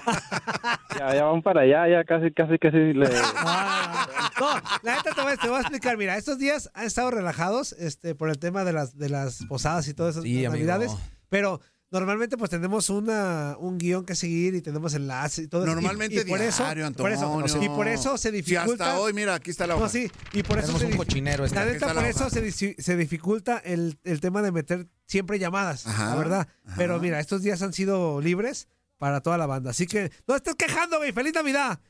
Speaker 7: Ya, ya van para allá, ya casi, casi, casi le...
Speaker 1: Ah, No, la neta te voy, a- te voy a explicar. Mira, estos días han estado relajados este, por el tema de las, de las posadas y todas esas
Speaker 4: Sí, amigo.
Speaker 1: navidades. Pero normalmente, pues tenemos una, un guión que seguir y tenemos enlaces y todo eso. Y-
Speaker 2: Normalmente
Speaker 1: y, por eso,
Speaker 2: diario,
Speaker 1: por eso,
Speaker 2: Antonio.
Speaker 1: y por eso se
Speaker 2: Si
Speaker 1: dificulta.
Speaker 2: hasta hoy, mira, aquí está la hoja.
Speaker 1: No, sí, y por eso
Speaker 4: Tenemos
Speaker 1: se
Speaker 4: un
Speaker 1: dif-
Speaker 4: cochinero este.
Speaker 1: La
Speaker 2: Aquí
Speaker 1: Pues neta,
Speaker 2: está la
Speaker 1: por
Speaker 2: hoja.
Speaker 1: eso se, dis- se dificulta el, el tema de meter siempre llamadas,
Speaker 2: Ajá,
Speaker 1: la verdad.
Speaker 2: ajá.
Speaker 1: Pero mira, estos días han sido libres para toda la banda. Así que no estés quejando, güey. ¡Feliz Navidad!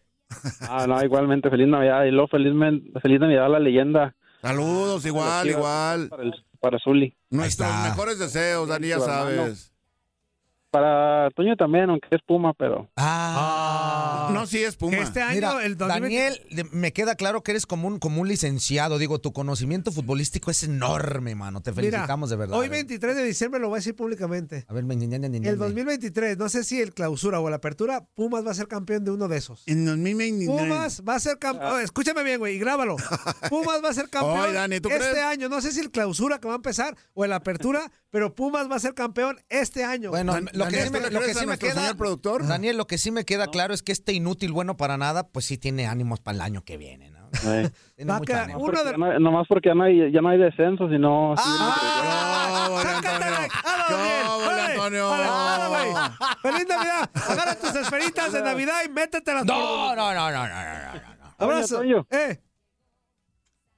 Speaker 7: Ah, no, igualmente, feliz Navidad, y luego feliz, men- feliz Navidad a la leyenda
Speaker 2: Saludos, igual,
Speaker 7: Chivas.
Speaker 2: igual.
Speaker 7: para, el, para Zully.
Speaker 2: Nuestros
Speaker 4: está.
Speaker 2: mejores deseos, Dani, ya
Speaker 7: Tu hermano.
Speaker 2: sabes.
Speaker 7: Para Toño también, aunque es Puma, pero...
Speaker 4: Ah.
Speaker 2: No, sí es Puma.
Speaker 1: Que este año,
Speaker 4: Mira,
Speaker 1: el 2020
Speaker 4: Daniel, de- me queda claro que eres como un, como un licenciado. Digo, tu conocimiento futbolístico es enorme, mano. Te
Speaker 1: Mira,
Speaker 4: felicitamos de verdad. eh.
Speaker 1: Hoy 23 de diciembre lo voy a decir públicamente.
Speaker 4: A ver, me-
Speaker 1: El 2023, no sé si el clausura o la apertura, Pumas va a ser campeón de uno de esos.
Speaker 2: En 2029.
Speaker 1: Pumas va a ser campeón.
Speaker 2: Ah.
Speaker 1: escúchame bien, güey, y grábalo. Pumas va a ser campeón
Speaker 2: Ay, Dani, ¿tú
Speaker 1: este
Speaker 2: crees?
Speaker 1: año. No sé si el clausura que va a empezar o el apertura, pero Pumas va a ser campeón este año.
Speaker 4: Bueno,
Speaker 2: Dan-
Speaker 4: lo que
Speaker 2: Daniel,
Speaker 4: sí
Speaker 2: ¿tú
Speaker 4: me,
Speaker 2: le
Speaker 4: lo que
Speaker 2: crees a
Speaker 4: sí me
Speaker 2: nuestro
Speaker 4: queda,
Speaker 2: señor productor?
Speaker 4: Daniel, lo que sí me queda claro es que este inútil bueno para nada, pues sí tiene ánimos para el año que viene, ¿no?
Speaker 7: eh,
Speaker 4: Tiene
Speaker 1: Va a
Speaker 4: mucho
Speaker 1: quedar
Speaker 4: ánimo.
Speaker 1: uno
Speaker 7: porque
Speaker 1: de-
Speaker 7: ya no, hay- nomás porque ya no hay, ya no hay descenso, sino...
Speaker 4: ¡Ah!
Speaker 2: No, vale,
Speaker 1: ¡Sácate,
Speaker 2: Antonio.
Speaker 1: güey! ¡A la
Speaker 2: No,
Speaker 1: bien!
Speaker 2: vale,
Speaker 1: ¡Órale!
Speaker 2: Antonio.
Speaker 1: ¡A la cara, güey! ¡Feliz Navidad! Agarra tus esferitas de Navidad y métetelas.
Speaker 4: No, no, no, no, no, no, no, no.
Speaker 1: ¡Abrazo!
Speaker 7: Toño,
Speaker 1: ¡Eh!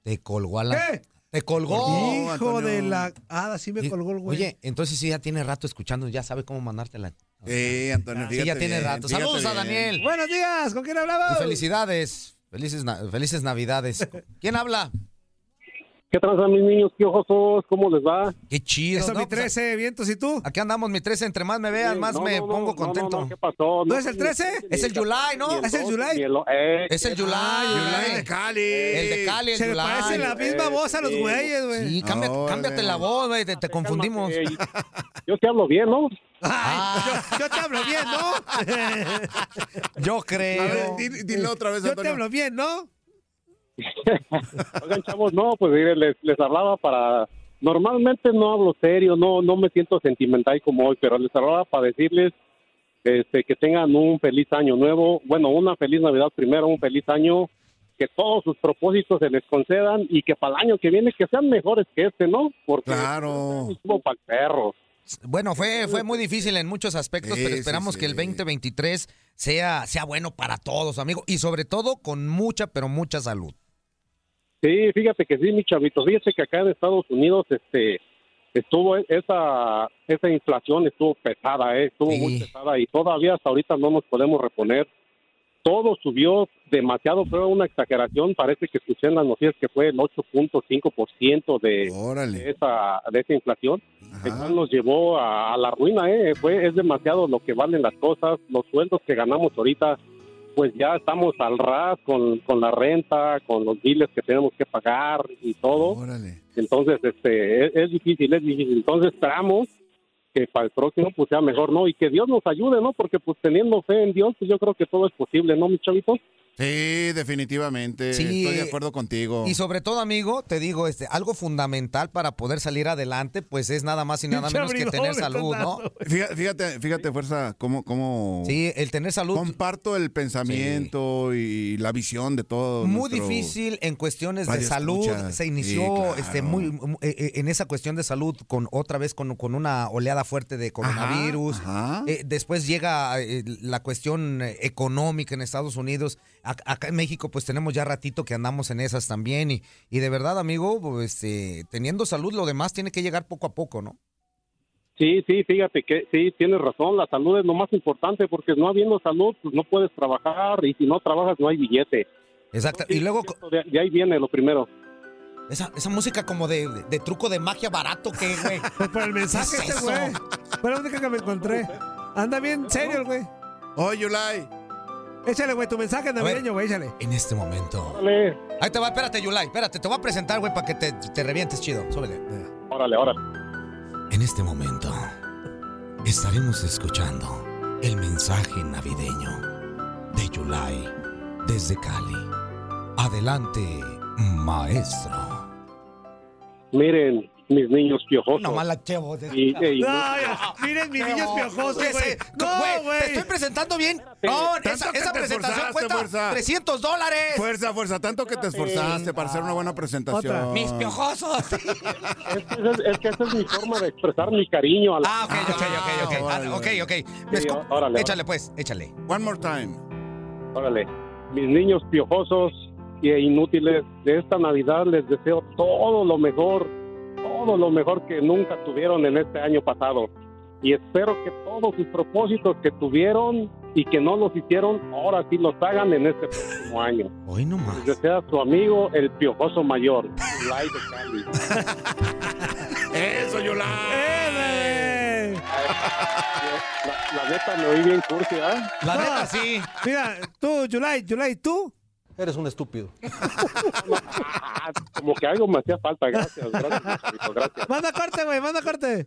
Speaker 4: Te colgó a la.
Speaker 1: ¡Eh!
Speaker 4: Te colgó.
Speaker 1: Hijo
Speaker 2: Antonio.
Speaker 1: de la. Ah, sí me colgó el güey.
Speaker 4: Oye, entonces sí ya tiene rato escuchando, ya sabe cómo mandártela.
Speaker 2: Sí, Antonio,
Speaker 4: Ah, Sí, ya
Speaker 2: fíjate
Speaker 4: tiene
Speaker 2: bien,
Speaker 4: rato.
Speaker 2: fíjate
Speaker 4: Saludos a
Speaker 2: bien.
Speaker 4: Daniel.
Speaker 1: Buenos días, ¿con quién hablamos?
Speaker 4: Y felicidades. Felices, na- felices Navidades. ¿Quién habla?
Speaker 8: ¿Qué tranza, mis niños? ¿Qué ojos sos? ¿Cómo les va?
Speaker 4: Qué chido.
Speaker 1: Eso,
Speaker 4: ¿no?
Speaker 1: mi
Speaker 4: Pues,
Speaker 1: 13, vientos y tú.
Speaker 4: aquí andamos, mi 13. Entre más me vean, más
Speaker 8: No,
Speaker 4: me
Speaker 8: no, no,
Speaker 4: pongo
Speaker 8: no, no,
Speaker 4: contento.
Speaker 8: no, ¿qué pasó?
Speaker 1: ¿No es el 13?
Speaker 4: Es el July, ¿no?
Speaker 1: Es el July.
Speaker 4: Es el July.
Speaker 2: July de Cali.
Speaker 4: El de Cali, el
Speaker 1: Se le
Speaker 4: July.
Speaker 1: parece la misma
Speaker 8: eh,
Speaker 1: voz a los
Speaker 8: sí.
Speaker 1: güeyes, güey.
Speaker 4: Sí, cámbiate,
Speaker 2: Órale.
Speaker 4: cámbiate la voz, güey, te, te confundimos.
Speaker 8: Yo te hablo bien, ¿no?
Speaker 4: Ah,
Speaker 1: Yo, yo te hablo bien, ¿no?
Speaker 4: yo
Speaker 2: A ver,
Speaker 4: creo.
Speaker 2: di- dilo otra vez,
Speaker 1: Yo te
Speaker 2: Antonio.
Speaker 1: hablo bien, ¿no?
Speaker 8: Oigan, chavos, no, pues mire, les, les hablaba para... Normalmente no hablo serio, no, no me siento sentimental como hoy, pero les hablaba para decirles este, que tengan un feliz año nuevo, bueno, una feliz Navidad primero, un feliz año, que todos sus propósitos se les concedan y que para el año que viene que sean mejores que este, ¿no? Porque
Speaker 2: Claro.
Speaker 8: es como para el perro.
Speaker 4: Bueno, fue, fue muy difícil en muchos aspectos,
Speaker 2: Sí,
Speaker 4: pero
Speaker 2: sí,
Speaker 4: esperamos que el
Speaker 2: sí.
Speaker 4: 2023 sea, sea bueno para todos, amigo. Y sobre todo con mucha, pero mucha salud.
Speaker 8: Sí, fíjate que sí, mi chavito. Fíjate que acá en Estados Unidos, este, estuvo e- esa, esa inflación estuvo pesada, eh, estuvo
Speaker 4: Sí.
Speaker 8: muy pesada y todavía hasta ahorita no nos podemos reponer. Todo subió demasiado, fue una exageración. Parece que escuché en las noticias que fue el 8.5% de, de
Speaker 2: Órale.
Speaker 8: esa, de esa inflación, el
Speaker 2: Ajá.
Speaker 8: cual nos llevó a, a la ruina, ¿eh? Fue, es demasiado lo que valen las cosas, los sueldos que ganamos ahorita, pues ya estamos al ras con, con la renta, con los biles que tenemos que pagar y todo.
Speaker 2: Órale.
Speaker 8: Entonces, este, es, es difícil, es difícil. Entonces, esperamos que para el próximo pues sea mejor, ¿no? Y que Dios nos ayude, ¿no? Porque pues teniendo fe en Dios, pues yo creo que todo es posible, ¿no, mi chavito?
Speaker 2: Sí, definitivamente.
Speaker 4: Sí.
Speaker 2: Estoy de acuerdo contigo.
Speaker 4: Y sobre todo, amigo, te digo, este, algo fundamental para poder salir adelante, pues es nada más y nada menos que tener salud, ¿no?
Speaker 2: Fija- Fíjate, fíjate, fuerza, cómo, cómo
Speaker 4: Sí, el tener salud
Speaker 2: comparto el pensamiento y la visión de todo.
Speaker 4: muy
Speaker 2: nuestro-
Speaker 4: difícil en cuestiones de
Speaker 2: Radio
Speaker 4: salud.
Speaker 2: escucha.
Speaker 4: Se
Speaker 2: Sí,
Speaker 4: inició
Speaker 2: claro.
Speaker 4: este, muy, mu- eh, eh, en esa cuestión de salud con otra vez con, con una oleada fuerte de coronavirus.
Speaker 2: ajá.
Speaker 4: Eh, después llega eh, la cuestión eh, económica en Estados Unidos. Ac- acá en México, pues tenemos ya ratito que andamos en esas también. Y, y de verdad, amigo, pues, este, teniendo salud, lo demás tiene que llegar poco a poco, ¿no?
Speaker 8: Sí, sí, fíjate que sí, tienes razón, la salud es lo más importante porque no habiendo salud pues no puedes trabajar y si no trabajas no hay billete.
Speaker 4: Exacto.
Speaker 8: Sí,
Speaker 4: Y luego co-
Speaker 8: cierto, de, de ahí viene lo primero.
Speaker 4: esa, esa música como de, de- de truco de magia barato que, güey.
Speaker 1: Pues por el mensaje
Speaker 4: ¿Qué es
Speaker 1: este,
Speaker 4: eso?
Speaker 1: güey. Fue la única que me encontré. Anda bien serio el güey.
Speaker 2: Oye, Yulai.
Speaker 1: Échale, güey, tu mensaje navideño, güey, échale.
Speaker 4: En este momento.
Speaker 8: Órale,
Speaker 4: Ahí te va, espérate, Yulai, espérate, te voy a presentar, güey, para que te, te revientes chido. Súbele.
Speaker 8: órale, órale.
Speaker 4: En este momento estaremos escuchando el mensaje navideño de Yulai desde Cali. Adelante, maestro.
Speaker 8: Miren, mis niños piojosos.
Speaker 4: Nomás la chevo. de-
Speaker 8: Y- y-
Speaker 1: No, ya, miren mis niños piojosos,
Speaker 4: Que
Speaker 1: güey.
Speaker 4: se-
Speaker 1: No, güey.
Speaker 4: Te estoy presentando bien. No,
Speaker 2: Tanto
Speaker 4: esa,
Speaker 2: que
Speaker 4: esa
Speaker 2: te
Speaker 4: presentación
Speaker 2: esforzaste,
Speaker 4: cuesta
Speaker 2: fuerza.
Speaker 4: 300 dólares.
Speaker 2: Fuerza, fuerza, tanto que te esforzaste para hacer una buena presentación.
Speaker 1: Otra.
Speaker 4: Mis piojosos.
Speaker 8: Ah. es, que esa es- es que esa es mi forma de expresar mi cariño a la...
Speaker 4: Ah, ok, ok, ok, ok. Ah,
Speaker 2: órale,
Speaker 4: ok,
Speaker 2: órale.
Speaker 4: ok. Me escu-
Speaker 8: órale, órale.
Speaker 4: échale, pues, échale.
Speaker 2: One more time.
Speaker 8: Órale, mis niños piojosos e inútiles, de esta Navidad les deseo todo lo mejor, todo lo mejor que nunca tuvieron en este año pasado. Y espero que todos sus propósitos que tuvieron y que no los hicieron, ahora sí los hagan en este próximo año.
Speaker 4: Hoy nomás.
Speaker 8: Les desea su amigo, el piojoso mayor, Lai de Cali.
Speaker 2: Eso, Yulai.
Speaker 1: Eh, güey.
Speaker 8: La, la neta me oí bien cursi, ¿ah?
Speaker 4: La
Speaker 1: No.
Speaker 4: neta, sí.
Speaker 1: Mira, tú, Yulai, Yulai, tú.
Speaker 8: Ah, Como que algo me hacía falta, gracias, gracias, chavito, gracias.
Speaker 1: Manda corte, güey, manda corte.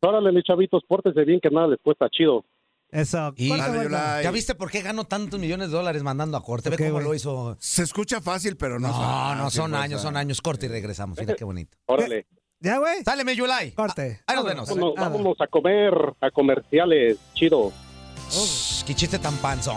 Speaker 8: Órale, mis chavitos, pórtense bien que nada les cuesta chido.
Speaker 1: Eso.
Speaker 4: Y-
Speaker 1: corte,
Speaker 2: Dale,
Speaker 1: güey.
Speaker 2: Yulai.
Speaker 4: ¿Ya viste por qué ganó tantos millones de dólares mandando a corte? Ve
Speaker 1: ¿Por qué,
Speaker 4: cómo
Speaker 1: güey?
Speaker 4: lo hizo.
Speaker 2: Se escucha fácil, pero no. pues, eh. es
Speaker 4: No, no,
Speaker 2: fácil,
Speaker 4: son
Speaker 2: Ah, fuerza.
Speaker 4: años, son años. Corte y regresamos. Mira qué bonito.
Speaker 8: Órale.
Speaker 1: ¿Ya, güey?
Speaker 4: Dale, mi Yulai.
Speaker 1: Corte.
Speaker 4: Ah, ahí nos vemos.
Speaker 8: Vámonos,
Speaker 1: Ah,
Speaker 8: vámonos a comer a comerciales, chido.
Speaker 4: Shh, Qué chiste tan panzón.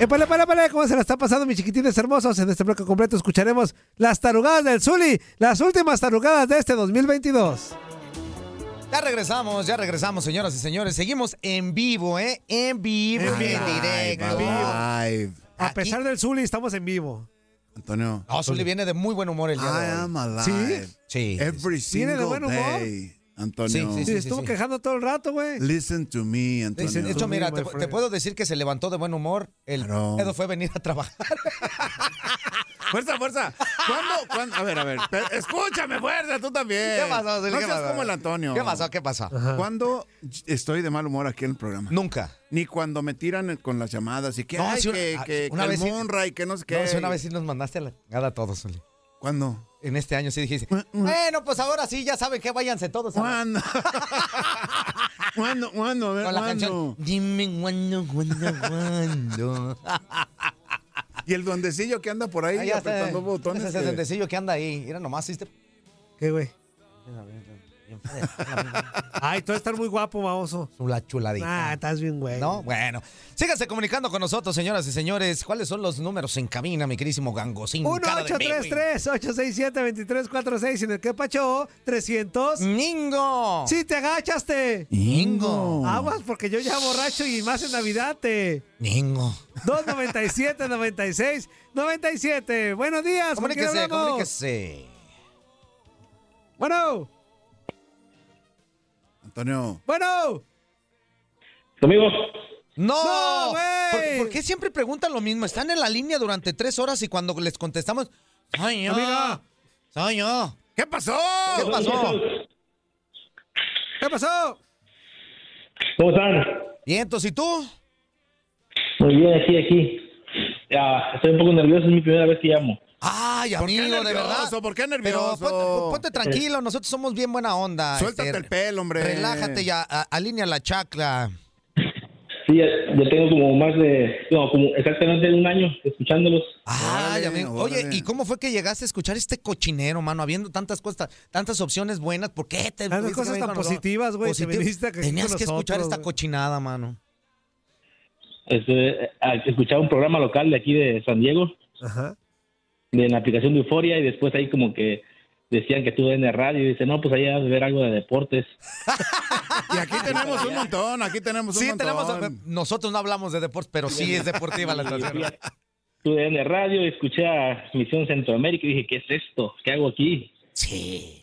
Speaker 1: Épale, épale, épale, ¿cómo se la está pasando, mis chiquitines hermosos? En este bloque completo escucharemos las tarugadas del Zuli, las últimas tarugadas de este 2022.
Speaker 4: Ya regresamos, ya regresamos, señoras y señores. Seguimos en vivo, ¿eh? En vivo, en,
Speaker 2: vivo.
Speaker 4: directo.
Speaker 2: Alive.
Speaker 1: A pesar del Zuli, estamos en vivo.
Speaker 2: Antonio.
Speaker 4: No, Zuli Ah, viene de muy buen humor el día
Speaker 2: I
Speaker 4: de hoy.
Speaker 2: am alive.
Speaker 1: ¿Sí?
Speaker 4: Sí.
Speaker 2: Every
Speaker 1: ¿Viene de
Speaker 2: single
Speaker 1: buen humor?
Speaker 2: day. Antonio.
Speaker 4: Sí,
Speaker 1: Sí, estuvo
Speaker 4: sí.
Speaker 1: quejando todo el rato, güey.
Speaker 2: Listen to me, Antonio.
Speaker 4: De hecho, mira,
Speaker 1: my
Speaker 4: te, te
Speaker 1: friend.
Speaker 4: puedo decir que se levantó de buen humor. El
Speaker 2: Claro.
Speaker 4: pedo fue venir a trabajar.
Speaker 2: Fuerza, fuerza. ¿Cuándo, cuándo? A ver, a ver. Pe- Escúchame, fuerza, tú también.
Speaker 4: ¿Qué pasó, Zuli?
Speaker 2: Eh, No
Speaker 4: ¿Qué
Speaker 2: seas
Speaker 4: pasó?
Speaker 2: como el Antonio.
Speaker 4: ¿Qué pasó? ¿Qué pasó?
Speaker 2: ¿Cuándo estoy de mal humor aquí en el programa?
Speaker 4: Nunca.
Speaker 2: Ni cuando me tiran con las llamadas y que,
Speaker 4: No,
Speaker 2: ay,
Speaker 4: sí, una-
Speaker 2: que,
Speaker 4: ah,
Speaker 2: que,
Speaker 4: una
Speaker 2: que el
Speaker 4: vez sí-
Speaker 2: Monra y que no sé qué.
Speaker 4: No, si una vez sí nos mandaste a la cagada a todos, Zuli.
Speaker 2: ¿Cuándo?
Speaker 4: En este año sí dijiste,
Speaker 2: Mua, mua.
Speaker 4: bueno, pues ahora sí, ya saben que váyanse todos. a la-
Speaker 2: ¿Cuándo? ¿Cuándo? ¿Cuándo? A ver,
Speaker 4: Con la canción.
Speaker 2: ¿cuándo?
Speaker 4: Dime cuándo, cuándo, cuándo.
Speaker 2: Y el duendecillo que anda por ahí
Speaker 4: Ah, ya está.
Speaker 2: apretando botones.
Speaker 4: Ese
Speaker 2: que-
Speaker 4: duendecillo que anda ahí. Mira nomás, ¿sí?
Speaker 1: ¿Qué, güey? Ay, tú estás muy guapo, baboso.
Speaker 4: La chuladita.
Speaker 1: Ah, estás bien, güey.
Speaker 4: ¿No? Bueno. Síganse comunicando con nosotros, señoras y señores. ¿Cuáles son los números en cabina, mi querísimo gangosín? cara de Pingüín?
Speaker 1: 1-833-867-2346 y en el que pacho 300.
Speaker 4: ¡Ningo!
Speaker 1: ¡Sí, te agachaste!
Speaker 4: ¡Ningo!
Speaker 2: Ah,
Speaker 1: Aguas, porque yo ya borracho y más en Navidad te...
Speaker 4: ¡Ningo!
Speaker 1: 297 96 97 Buenos días, ¿con quién
Speaker 4: Comuníquese,
Speaker 1: hablamos?
Speaker 4: comuníquese.
Speaker 1: Bueno,
Speaker 2: Antonio,
Speaker 1: bueno.
Speaker 9: Amigos,
Speaker 4: ¡No!
Speaker 1: ¡No, güey!
Speaker 4: ¿Por, por qué siempre preguntan lo mismo? Están en la línea durante tres horas y cuando les contestamos, ¡Soy yo!
Speaker 1: Amiga.
Speaker 4: ¡Soy yo!
Speaker 2: ¿qué pasó?
Speaker 4: ¿Qué pasó?
Speaker 1: ¿Qué pasó?
Speaker 9: ¿cómo están?
Speaker 4: ¿Y entonces, ¿y tú?
Speaker 9: Muy bien, aquí, aquí. Ya, estoy un poco nervioso, es mi primera vez que llamo.
Speaker 4: Ay,
Speaker 2: ¿Por qué
Speaker 4: amigo, de verdad.
Speaker 2: nervioso? ¿Por qué nervioso?
Speaker 4: Pero ponte, ponte tranquilo, nosotros somos bien buena onda.
Speaker 2: Suéltate
Speaker 4: este,
Speaker 2: el pelo, hombre.
Speaker 4: Relájate ya, alinea la chacla.
Speaker 9: Sí, ya, ya tengo como más de, no, como exactamente un año escuchándolos.
Speaker 4: Ay,
Speaker 2: Órale,
Speaker 4: amigo. Oye,
Speaker 2: órale.
Speaker 4: ¿y cómo fue que llegaste a escuchar este cochinero, mano? Habiendo tantas cosas, tantas opciones buenas, ¿por qué te
Speaker 1: Tantas
Speaker 4: tuviste que
Speaker 1: cosas
Speaker 4: venir
Speaker 1: tan
Speaker 4: con nosotros?
Speaker 1: positivas, güey, te
Speaker 4: Positivo.
Speaker 1: viniste aquí
Speaker 4: Tenías
Speaker 1: con
Speaker 4: que escuchar
Speaker 1: nosotros,
Speaker 4: esta
Speaker 1: güey.
Speaker 4: cochinada, mano.
Speaker 9: Este, a- escuchaba un programa local de aquí de San Diego,
Speaker 1: Ajá.
Speaker 9: de la aplicación de Euforia, y después ahí como que decían que tú en el radio, y dice, no, pues ahí vas a ver algo de deportes.
Speaker 2: Y aquí tenemos un montón, aquí tenemos un
Speaker 4: Sí,
Speaker 2: montón.
Speaker 4: tenemos.
Speaker 1: eh,
Speaker 4: Nosotros no hablamos de deportes, pero sí es deportiva la estación.
Speaker 9: Tú en el radio, escuché a Misión Centroamérica y dije, ¿qué es esto? ¿Qué hago aquí?
Speaker 4: Sí.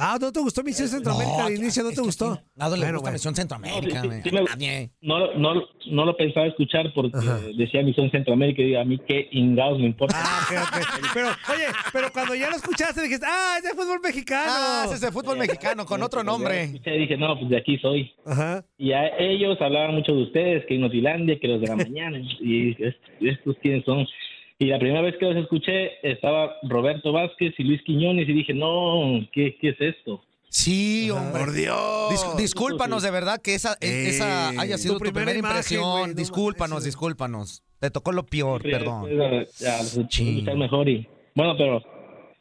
Speaker 1: Ah, ¿no te gustó Misión Centroamérica al inicio? ¿No
Speaker 4: es
Speaker 1: te
Speaker 4: que
Speaker 1: gustó?
Speaker 4: aquí Nada le
Speaker 1: Bueno,
Speaker 4: gusta
Speaker 1: bueno.
Speaker 4: Misión Centroamérica.
Speaker 9: No, sí, sí,
Speaker 4: güey.
Speaker 9: sí,
Speaker 4: Ah, bien.
Speaker 9: No, no, no lo pensaba escuchar porque decía Misión Centroamérica y digo, a mí qué ingados me importa.
Speaker 1: Ah, ok, ok. Pero, oye, pero cuando ya lo escuchaste dijiste, ah, es de fútbol mexicano.
Speaker 4: Ah, ese es de fútbol mexicano con otro nombre.
Speaker 9: Escuché y dije, no, pues de aquí soy.
Speaker 1: Ajá.
Speaker 9: Y a ellos hablaban mucho de ustedes, que Inutilandia, que los de la mañana, y es- estos quiénes son. Y la primera vez que los escuché estaba Roberto Vázquez y Luis Quiñones y dije, no, ¿qué, qué es esto?
Speaker 4: Sí, hombre.
Speaker 2: Por Dios.
Speaker 4: Dis- discúlpanos de verdad que esa, e-
Speaker 2: Eh,
Speaker 4: esa haya sido tu primera,
Speaker 1: primera imagen,
Speaker 4: impresión.
Speaker 1: güey, no
Speaker 4: discúlpanos,
Speaker 1: mames.
Speaker 4: discúlpanos. Te tocó lo peor, perdón.
Speaker 9: Ya, ya, los
Speaker 4: Chin.
Speaker 9: escuché escuchar mejor y bueno, pero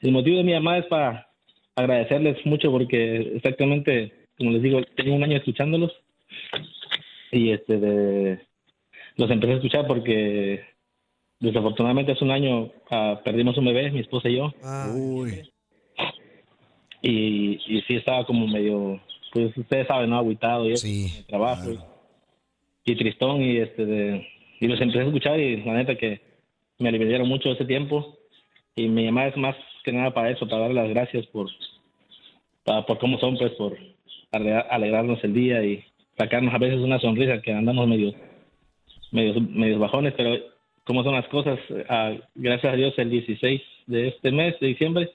Speaker 9: el motivo de mi llamada es para agradecerles mucho porque exactamente, como les digo, tengo un año escuchándolos y este de, los empecé a escuchar porque desafortunadamente hace un año ah, perdimos un bebé, mi esposa y yo.
Speaker 1: Ah,
Speaker 2: Uy.
Speaker 9: y, y sí estaba como medio, pues ustedes saben, ¿no? Agüitado y eso,
Speaker 4: Sí.
Speaker 9: de trabajo y, y tristón y este de- y los empecé a escuchar y la neta que me aliviaron mucho ese tiempo y mi llamada es más que nada para eso, para darle las gracias por, pa- por cómo son, pues por ale- alegrarnos el día y sacarnos a veces una sonrisa que andamos medio, medio, medio bajones, pero cómo son las cosas, ah, gracias a Dios el 16 de este mes, de diciembre,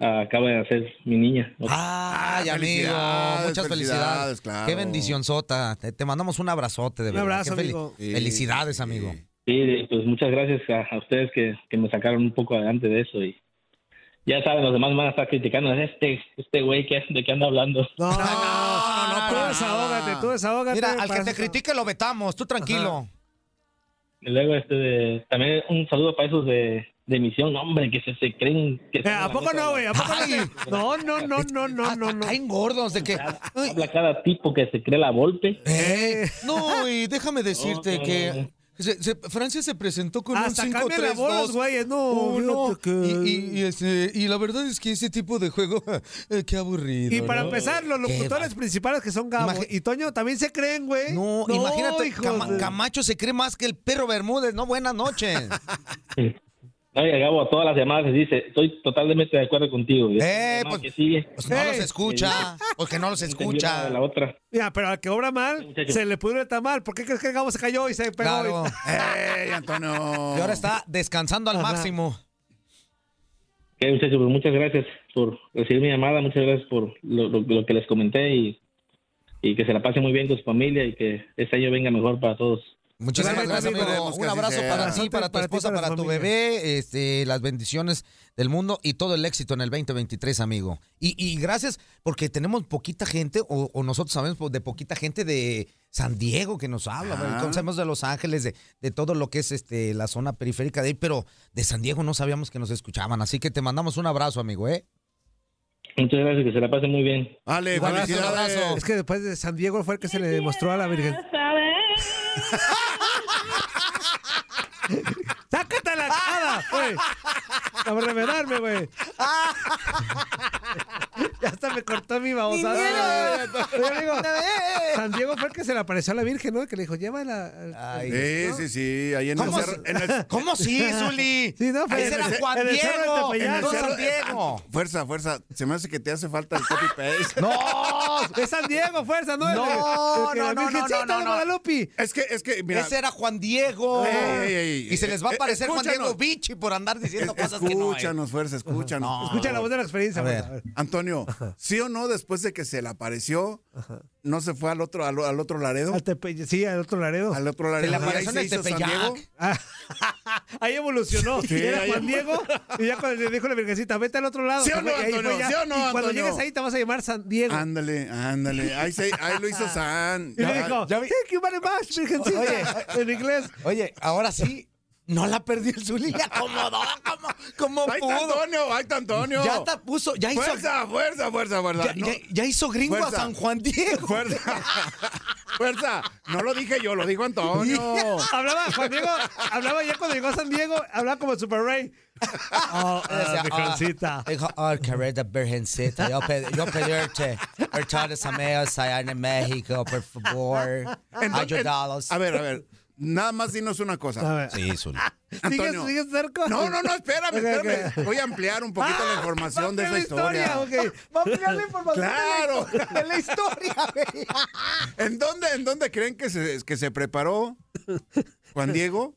Speaker 9: ah, acaba de nacer mi niña.
Speaker 4: Ay,
Speaker 2: Ah,
Speaker 4: amigo,
Speaker 2: felicidades,
Speaker 4: muchas felicidades.
Speaker 2: felicidades, claro.
Speaker 4: Qué bendición sota. Te, te mandamos un abrazote de
Speaker 1: Un
Speaker 4: verdad.
Speaker 1: abrazo,
Speaker 4: Qué fel-
Speaker 1: amigo.
Speaker 2: Sí,
Speaker 4: Felicidades,
Speaker 2: sí,
Speaker 4: amigo.
Speaker 2: sí.
Speaker 10: Sí, pues muchas gracias a, a ustedes que, que me sacaron un poco adelante de eso y ya saben, los demás van a estar criticando este este güey que, de qué anda hablando.
Speaker 1: No, no, no, no, tú desahógate, tú desahógate.
Speaker 4: Mira, al que
Speaker 1: para
Speaker 4: te
Speaker 1: eso-
Speaker 4: critique lo vetamos, tú tranquilo.
Speaker 10: Y luego este de- también un saludo para esos de, de misión, hombre, que se, se creen que
Speaker 1: Eh, ¿A poco no, güey? ¿A poco no?
Speaker 4: Ay.
Speaker 1: te- no? No, no, no, no, no, no.
Speaker 4: ah, Caen gordos de que. Ay,
Speaker 10: habla cada tipo que se cree la golpe.
Speaker 4: eh, no, y déjame decirte
Speaker 10: No, no, no,
Speaker 4: que.
Speaker 10: no.
Speaker 4: se- se- Francia se presentó con
Speaker 1: Hasta
Speaker 4: un
Speaker 1: cambian Ah, la bola los
Speaker 4: 5-3-2.
Speaker 1: güeyes, no.
Speaker 4: uno.
Speaker 1: fíjate
Speaker 4: Oh, Y, y- y
Speaker 1: que-
Speaker 4: este, y la verdad es que ese tipo de juego, eh, qué aburrido.
Speaker 1: Y para
Speaker 4: ¿no?
Speaker 1: empezar, los
Speaker 4: Qué
Speaker 1: locutores
Speaker 4: va-
Speaker 1: principales que son Gabo
Speaker 4: Imagi-
Speaker 1: y Toño también se creen, güey.
Speaker 4: No, imagínate,
Speaker 1: hijos
Speaker 4: Cama-
Speaker 1: de-
Speaker 4: Camacho se cree más que el perro Bermúdez, ¿no? Buenas noches.
Speaker 10: No, y a Gabo a todas las llamadas les dice, estoy totalmente de acuerdo contigo. Y
Speaker 4: Eh,
Speaker 10: la
Speaker 4: pues-
Speaker 10: que sigue,
Speaker 4: Pues no
Speaker 1: Ey.
Speaker 4: los escucha, porque no los
Speaker 10: entendió nada
Speaker 4: escucha.
Speaker 10: de la otra.
Speaker 1: Mira, pero al que obra mal,
Speaker 10: muchacho.
Speaker 1: se le pudrió el tamal. ¿Por qué crees que el Gabo se cayó y se pegó?
Speaker 4: Claro.
Speaker 2: ¡Ey, Antonio!
Speaker 4: Y ahora está descansando al
Speaker 1: Ajá.
Speaker 4: máximo.
Speaker 10: Ok, muchachos, pues muchas gracias por recibir mi llamada, muchas gracias por lo, lo- lo que les comenté y, y que se la pase muy bien con su familia y que este año venga mejor para todos.
Speaker 4: Muchísimas
Speaker 1: Gracias,
Speaker 4: gracias,
Speaker 1: amigo.
Speaker 4: amigo.
Speaker 2: Esperemos que
Speaker 4: Un
Speaker 2: así
Speaker 4: abrazo
Speaker 2: sea.
Speaker 4: para ti,
Speaker 1: Bastante
Speaker 4: para tu
Speaker 1: para ti,
Speaker 4: esposa,
Speaker 1: para
Speaker 4: para
Speaker 1: tu
Speaker 4: tu
Speaker 1: familia.
Speaker 4: bebé, este, las bendiciones del mundo y todo el éxito en el 2023, amigo. Y, y gracias porque tenemos poquita gente, o, o nosotros sabemos po- de poquita gente de San Diego que nos habla, güey.
Speaker 2: Ah.
Speaker 4: conocemos de Los Ángeles, de, de todo lo que es este la zona periférica de ahí, pero de San Diego no sabíamos que nos escuchaban, así que te mandamos un abrazo, amigo, ¿eh?
Speaker 10: Muchas gracias, que se la pase muy bien.
Speaker 2: Ale,
Speaker 4: Un abrazo, un
Speaker 2: felicidades.
Speaker 4: abrazo.
Speaker 1: Es que después de San Diego fue el que se le demostró a la Virgen. ¡Sácate la cara, güey! Para revelarme, güey. ya hasta me cortó mi babosada. Oye, amigo, San Diego fue el que se le apareció a la Virgen, ¿no? Que le dijo, llévala.
Speaker 4: Ay,
Speaker 2: Sí, sí, sí, ahí en el
Speaker 4: ¿Cómo
Speaker 2: cerro. en el-
Speaker 4: ¿Cómo sí, Zuli?
Speaker 1: Sí, no, pero
Speaker 4: Ahí
Speaker 1: en
Speaker 4: será
Speaker 1: el-
Speaker 4: Juan
Speaker 1: en el cerro de
Speaker 4: Diego, no
Speaker 1: Tepeyac. En el
Speaker 4: San Diego.
Speaker 2: Fuerza, fuerza. Se me hace que te hace falta el copy-paste.
Speaker 4: ¡No!
Speaker 1: Es San Diego, fuerza, ¿no?
Speaker 4: No, no, no, no,
Speaker 1: Virgencita
Speaker 4: no,
Speaker 1: de
Speaker 4: no.
Speaker 1: Guadalupe.
Speaker 2: Es que, es que, mira.
Speaker 4: Ese era Juan Diego.
Speaker 2: Ey, ey, ey.
Speaker 4: y se les va a
Speaker 2: Eh,
Speaker 4: aparecer Juan
Speaker 2: escúchanos.
Speaker 4: Diego Bichi por andar diciendo
Speaker 2: es-
Speaker 4: cosas que no. es.
Speaker 2: escúchanos, fuerza, escúchanos.
Speaker 4: No.
Speaker 1: Escucha la voz de la experiencia,
Speaker 4: A
Speaker 1: fuerza,
Speaker 4: ver.
Speaker 1: a ver.
Speaker 2: Antonio, ¿sí o no después de que se le apareció, no se fue al otro, al, al otro Laredo?
Speaker 1: Al Tepe- sí, al otro Laredo.
Speaker 2: Al otro Laredo.
Speaker 4: Se le
Speaker 2: y ahí
Speaker 4: apareció en
Speaker 2: se
Speaker 4: el
Speaker 2: hizo San
Speaker 4: Tepeyac.
Speaker 2: Diego.
Speaker 1: Ah, ahí evolucionó.
Speaker 2: Sí,
Speaker 1: era
Speaker 2: ahí-
Speaker 1: Juan Diego. Y ya cuando le dijo la virgencita, vete al otro lado.
Speaker 2: ¿Sí o
Speaker 1: se
Speaker 2: no,
Speaker 1: fue, y ahí fue
Speaker 2: Antonio?
Speaker 1: ya.
Speaker 2: ¿Sí o no,
Speaker 1: y cuando
Speaker 2: Antonio?
Speaker 1: llegues ahí te vas a llamar San Diego.
Speaker 2: Ándale, ándale. Ahí, se, ahí lo hizo San.
Speaker 1: y le dijo,
Speaker 4: ya vi-
Speaker 1: thank you very much, virgencita.
Speaker 4: Oye.
Speaker 1: en inglés.
Speaker 4: Oye, ahora sí, no la perdió el Zuli, le acomodó como, como
Speaker 2: Ahí está
Speaker 4: pudo.
Speaker 2: Antonio, ahí está Antonio.
Speaker 4: Ya hasta puso, ya hizo,
Speaker 2: Fuerza, fuerza, fuerza, fuerza.
Speaker 4: ya,
Speaker 2: No,
Speaker 4: ya- ya hizo gringo
Speaker 2: Fuerza.
Speaker 4: a San Juan Diego.
Speaker 2: Fuerza. fuerza. No lo dije yo, lo dijo Antonio.
Speaker 1: Hablaba Juan Diego, hablaba ya cuando llegó a San Diego, hablaba como el Super Rey. Oh,
Speaker 4: O sea, ah,
Speaker 1: ah, virgencita.
Speaker 4: Dijo, oh, querida virgencita, yo, pe- yo er, pedirte, echades a meos allá en México, por favor,
Speaker 2: Entonces,
Speaker 4: ayudalos.
Speaker 2: A ver, a ver. Nada más dinos una cosa.
Speaker 1: A ver.
Speaker 4: Sí, Zuli.
Speaker 1: ¿Sigues,
Speaker 2: Antonio.
Speaker 1: sigues cerca?
Speaker 2: No, no, no, espérame,
Speaker 1: Ok,
Speaker 2: espérame.
Speaker 1: ok.
Speaker 2: Voy a ampliar un poquito la
Speaker 1: Va a
Speaker 2: información de
Speaker 1: ampliar
Speaker 2: esa
Speaker 1: Ah, la
Speaker 2: historia.
Speaker 1: ok. Va a ampliar la información.
Speaker 2: Claro.
Speaker 4: De la historia, güey.
Speaker 2: ¿En dónde, en dónde creen que se, que se preparó Juan Diego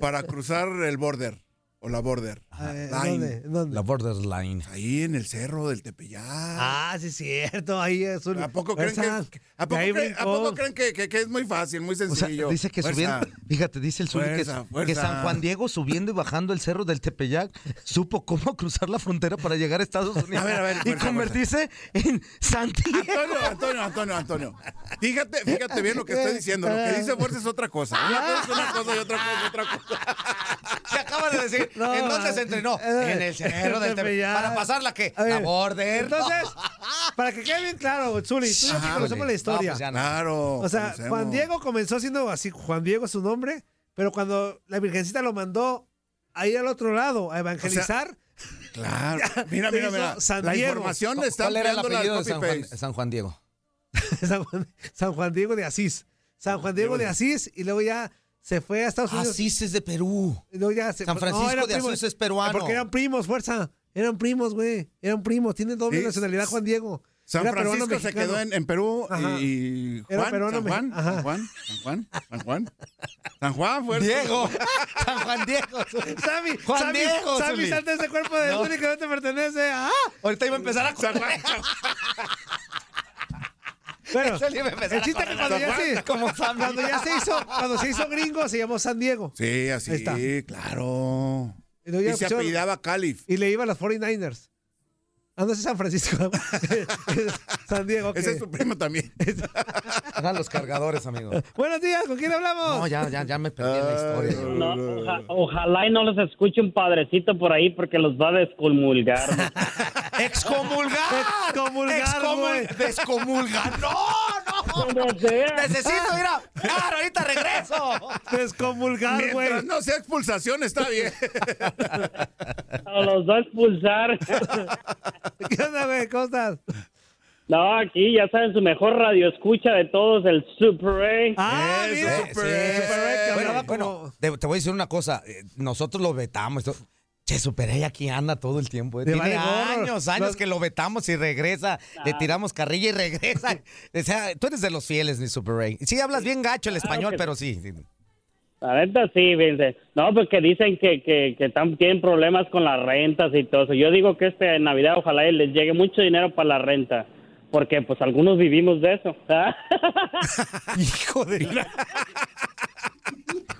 Speaker 2: para cruzar el border o la border?
Speaker 4: Ah.
Speaker 1: A
Speaker 2: Line.
Speaker 1: ver, ¿Dónde? ¿Dónde?
Speaker 4: La borderline.
Speaker 2: Ahí en el cerro del Tepeyac.
Speaker 1: Ah, sí, es cierto. Ahí es un.
Speaker 2: ¿A poco creen,
Speaker 1: Fuerza,
Speaker 2: que, a
Speaker 1: de
Speaker 2: poco
Speaker 1: ahí
Speaker 2: creen- a
Speaker 1: brincó.
Speaker 2: poco creen que, que- que es muy fácil, muy
Speaker 4: O sea,
Speaker 2: sencillo?
Speaker 4: dice que
Speaker 2: Fuerza.
Speaker 4: subiendo, fíjate, dice el Zuli que-
Speaker 2: Fuerza,
Speaker 4: que,
Speaker 2: fuerza.
Speaker 4: San Juan Diego subiendo y bajando el cerro del Tepeyac supo cómo cruzar la frontera para llegar a Estados Unidos
Speaker 2: A ver, a ver,
Speaker 4: y
Speaker 2: fuerza,
Speaker 4: convertirse en Santiago.
Speaker 2: Antonio, Antonio, Antonio, Antonio. Fíjate, fíjate bien lo que estoy diciendo. Lo que dice fuerza es otra cosa. Una cosa es una cosa y otra cosa es otra cosa.
Speaker 4: Se acaba de decir,
Speaker 1: No,
Speaker 4: ¿en dónde se entrenó?
Speaker 1: eh,
Speaker 4: En el cerro del
Speaker 1: el
Speaker 4: Tepeyac.
Speaker 1: Tepeyac.
Speaker 4: Para pasar la que
Speaker 1: A
Speaker 4: la
Speaker 1: ver,
Speaker 4: border.
Speaker 1: Entonces, para que quede bien claro, Zuli, tú y yo que
Speaker 4: Híjole.
Speaker 1: conocemos la historia.
Speaker 4: No, pues ya no.
Speaker 2: Claro.
Speaker 1: o sea,
Speaker 2: conocemos.
Speaker 1: Juan Diego comenzó siendo así, Juan Diego es su nombre, pero cuando la Virgencita lo mandó a ir al otro lado a evangelizar,
Speaker 2: Claro. Mira,
Speaker 1: Se
Speaker 2: mira,
Speaker 1: hizo
Speaker 2: mira.
Speaker 1: San
Speaker 2: La
Speaker 1: Diego.
Speaker 2: información está
Speaker 4: ¿Cuál era el
Speaker 2: ampliando
Speaker 4: apellido
Speaker 2: la
Speaker 4: de San Juan,
Speaker 2: copy-paste.
Speaker 4: San Juan Diego?
Speaker 1: San, Juan, San Juan Diego de Asís. San Juan Diego de Asís, y luego ya se fue a Estados Unidos.
Speaker 4: Asís Ah, es de Perú.
Speaker 1: y luego ya se-
Speaker 4: San
Speaker 1: no,
Speaker 4: Francisco
Speaker 1: eran
Speaker 4: de
Speaker 1: primos.
Speaker 4: Asís es peruano.
Speaker 1: Porque eran primos, fuerza. Eran primos, güey. Eran primos. Tiene doble
Speaker 2: Sí.
Speaker 1: nacionalidad Juan Diego.
Speaker 2: San
Speaker 1: Era peruano
Speaker 2: Francisco se
Speaker 1: mexicano.
Speaker 2: quedó en, en Perú y-
Speaker 1: Ajá.
Speaker 2: y
Speaker 1: Era
Speaker 2: Juan,
Speaker 1: peruano
Speaker 2: San Juan,
Speaker 1: mexi- ajá.
Speaker 2: San Juan, San Juan, San Juan, San Juan, fuerza.
Speaker 4: Diego. San Juan Diego.
Speaker 1: Sammy,
Speaker 4: Juan
Speaker 1: Sammy,
Speaker 4: Diego,
Speaker 1: Sammy,
Speaker 4: Zuli.
Speaker 1: salta ese cuerpo de
Speaker 4: No.
Speaker 1: Zuli que no te pertenece. ¡Ah!
Speaker 4: Ahorita iba a empezar a correr.
Speaker 1: Bueno,
Speaker 4: Eso le iba a empezar
Speaker 1: el
Speaker 4: a
Speaker 1: chiste es que
Speaker 4: correr
Speaker 1: cuando
Speaker 4: a
Speaker 1: ya,
Speaker 4: la
Speaker 1: se,
Speaker 4: puerta, como Sam.
Speaker 1: cuando ya se hizo, cuando se hizo gringo, se llamó San Diego.
Speaker 2: Sí, así,
Speaker 1: Ahí está. pues
Speaker 2: claro.
Speaker 1: Y, luego
Speaker 2: Y
Speaker 1: ya
Speaker 2: se
Speaker 1: pusieron-
Speaker 2: apellidaba Calif.
Speaker 1: y le iba a los 49ers. Ah, no, ese es San Francisco. San Diego. ok.
Speaker 2: Ese es tu primo también.
Speaker 4: Eran los cargadores, amigo.
Speaker 1: Buenos días, ¿con quién hablamos?
Speaker 4: No, ya, ya, ya me perdí en la historia. yo.
Speaker 2: No,
Speaker 10: oja- ojalá y no los escuche un padrecito por ahí porque los va a descomulgar.
Speaker 4: ¡Excomulgar!
Speaker 1: Excomulgar,
Speaker 4: Excomul-
Speaker 1: güey.
Speaker 4: ¡Descomulgar! ¡No, no!
Speaker 10: Como sea.
Speaker 4: Necesito ir a... ¡Claro, ahorita regreso!
Speaker 1: Descomulgar, güey.
Speaker 2: Mientras no sea expulsación, está bien.
Speaker 10: O los va a expulsar.
Speaker 1: ¿Qué onda, güey? ¿Cómo estás?
Speaker 10: No, aquí ya saben, su mejor radio escucha de todos, el Super A.
Speaker 1: Ah,
Speaker 4: Eh,
Speaker 2: Eso,
Speaker 1: mira.
Speaker 2: sí.
Speaker 1: correcto,
Speaker 4: Bueno,
Speaker 1: hablaba
Speaker 4: bueno,
Speaker 1: como-
Speaker 4: te, te voy a decir una cosa. eh, Nosotros lo vetamos. esto- Che, superé aquí anda todo el tiempo. eh.
Speaker 1: Le
Speaker 4: Tiene
Speaker 1: vale gorro.
Speaker 4: años, años
Speaker 1: Los-
Speaker 4: que lo vetamos y regresa. Le
Speaker 10: Ah.
Speaker 4: tiramos carrilla y regresa. O sea, tú eres de los fieles, mi Super Ray. Sí, hablas bien gacho el español,
Speaker 10: que
Speaker 4: pero sí. sí.
Speaker 10: La neta sí, fíjense. No, porque dicen que, que, que tam- tienen problemas con las rentas y todo eso. Yo digo que este Navidad ojalá y les llegue mucho dinero para la renta. Porque pues algunos vivimos de eso. ¿ah?
Speaker 4: Hijo de la...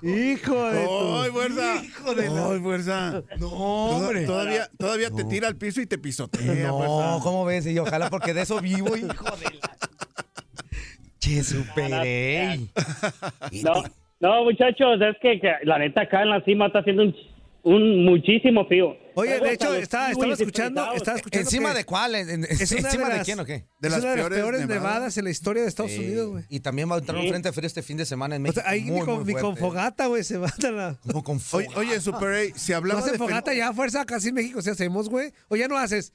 Speaker 1: Hijo de tu-
Speaker 2: ¡Ay, fuerza! ¡Hijo de ¡Ay, fuerza!
Speaker 4: No,
Speaker 2: Toda-
Speaker 4: hombre.
Speaker 2: Todavía, todavía te tira al piso y te pisotea.
Speaker 4: No,
Speaker 2: fuerza.
Speaker 4: ¿cómo ves? Y ojalá porque de eso vivo, hijo de la... Che, superé.
Speaker 10: No, no muchachos, es que, que la neta acá en la cima está haciendo un, un muchísimo frío.
Speaker 1: Oye,
Speaker 10: Luego
Speaker 1: de
Speaker 10: hasta
Speaker 1: hecho,
Speaker 10: los
Speaker 1: estaba, estaba
Speaker 10: kiwis
Speaker 1: escuchando,
Speaker 10: disfrazados.
Speaker 1: estaba escuchando.
Speaker 4: ¿Encima
Speaker 1: que
Speaker 4: de cuál? ¿En- en-
Speaker 1: es una
Speaker 4: ¿Encima de
Speaker 1: las-
Speaker 4: quién o qué?
Speaker 2: De
Speaker 1: es
Speaker 2: las
Speaker 1: una de las
Speaker 2: peores
Speaker 1: peores nevadas.
Speaker 2: nevadas
Speaker 1: en la historia de Estados
Speaker 4: Sí.
Speaker 1: Unidos, güey.
Speaker 4: Y también va a entrar un frente frío este fin de semana en
Speaker 1: O
Speaker 4: México.
Speaker 1: sea, ahí
Speaker 4: muy,
Speaker 1: ni con,
Speaker 4: muy
Speaker 1: ni con
Speaker 4: fuerte.
Speaker 1: fogata, güey, se van a la.
Speaker 4: Como con
Speaker 2: Oye,
Speaker 4: fogata.
Speaker 2: oye, Super A, si
Speaker 1: No
Speaker 2: hablamos
Speaker 1: hacen
Speaker 2: de fen-
Speaker 1: fogata ya, fuerza, casi en México se hacemos, güey. O ya no haces.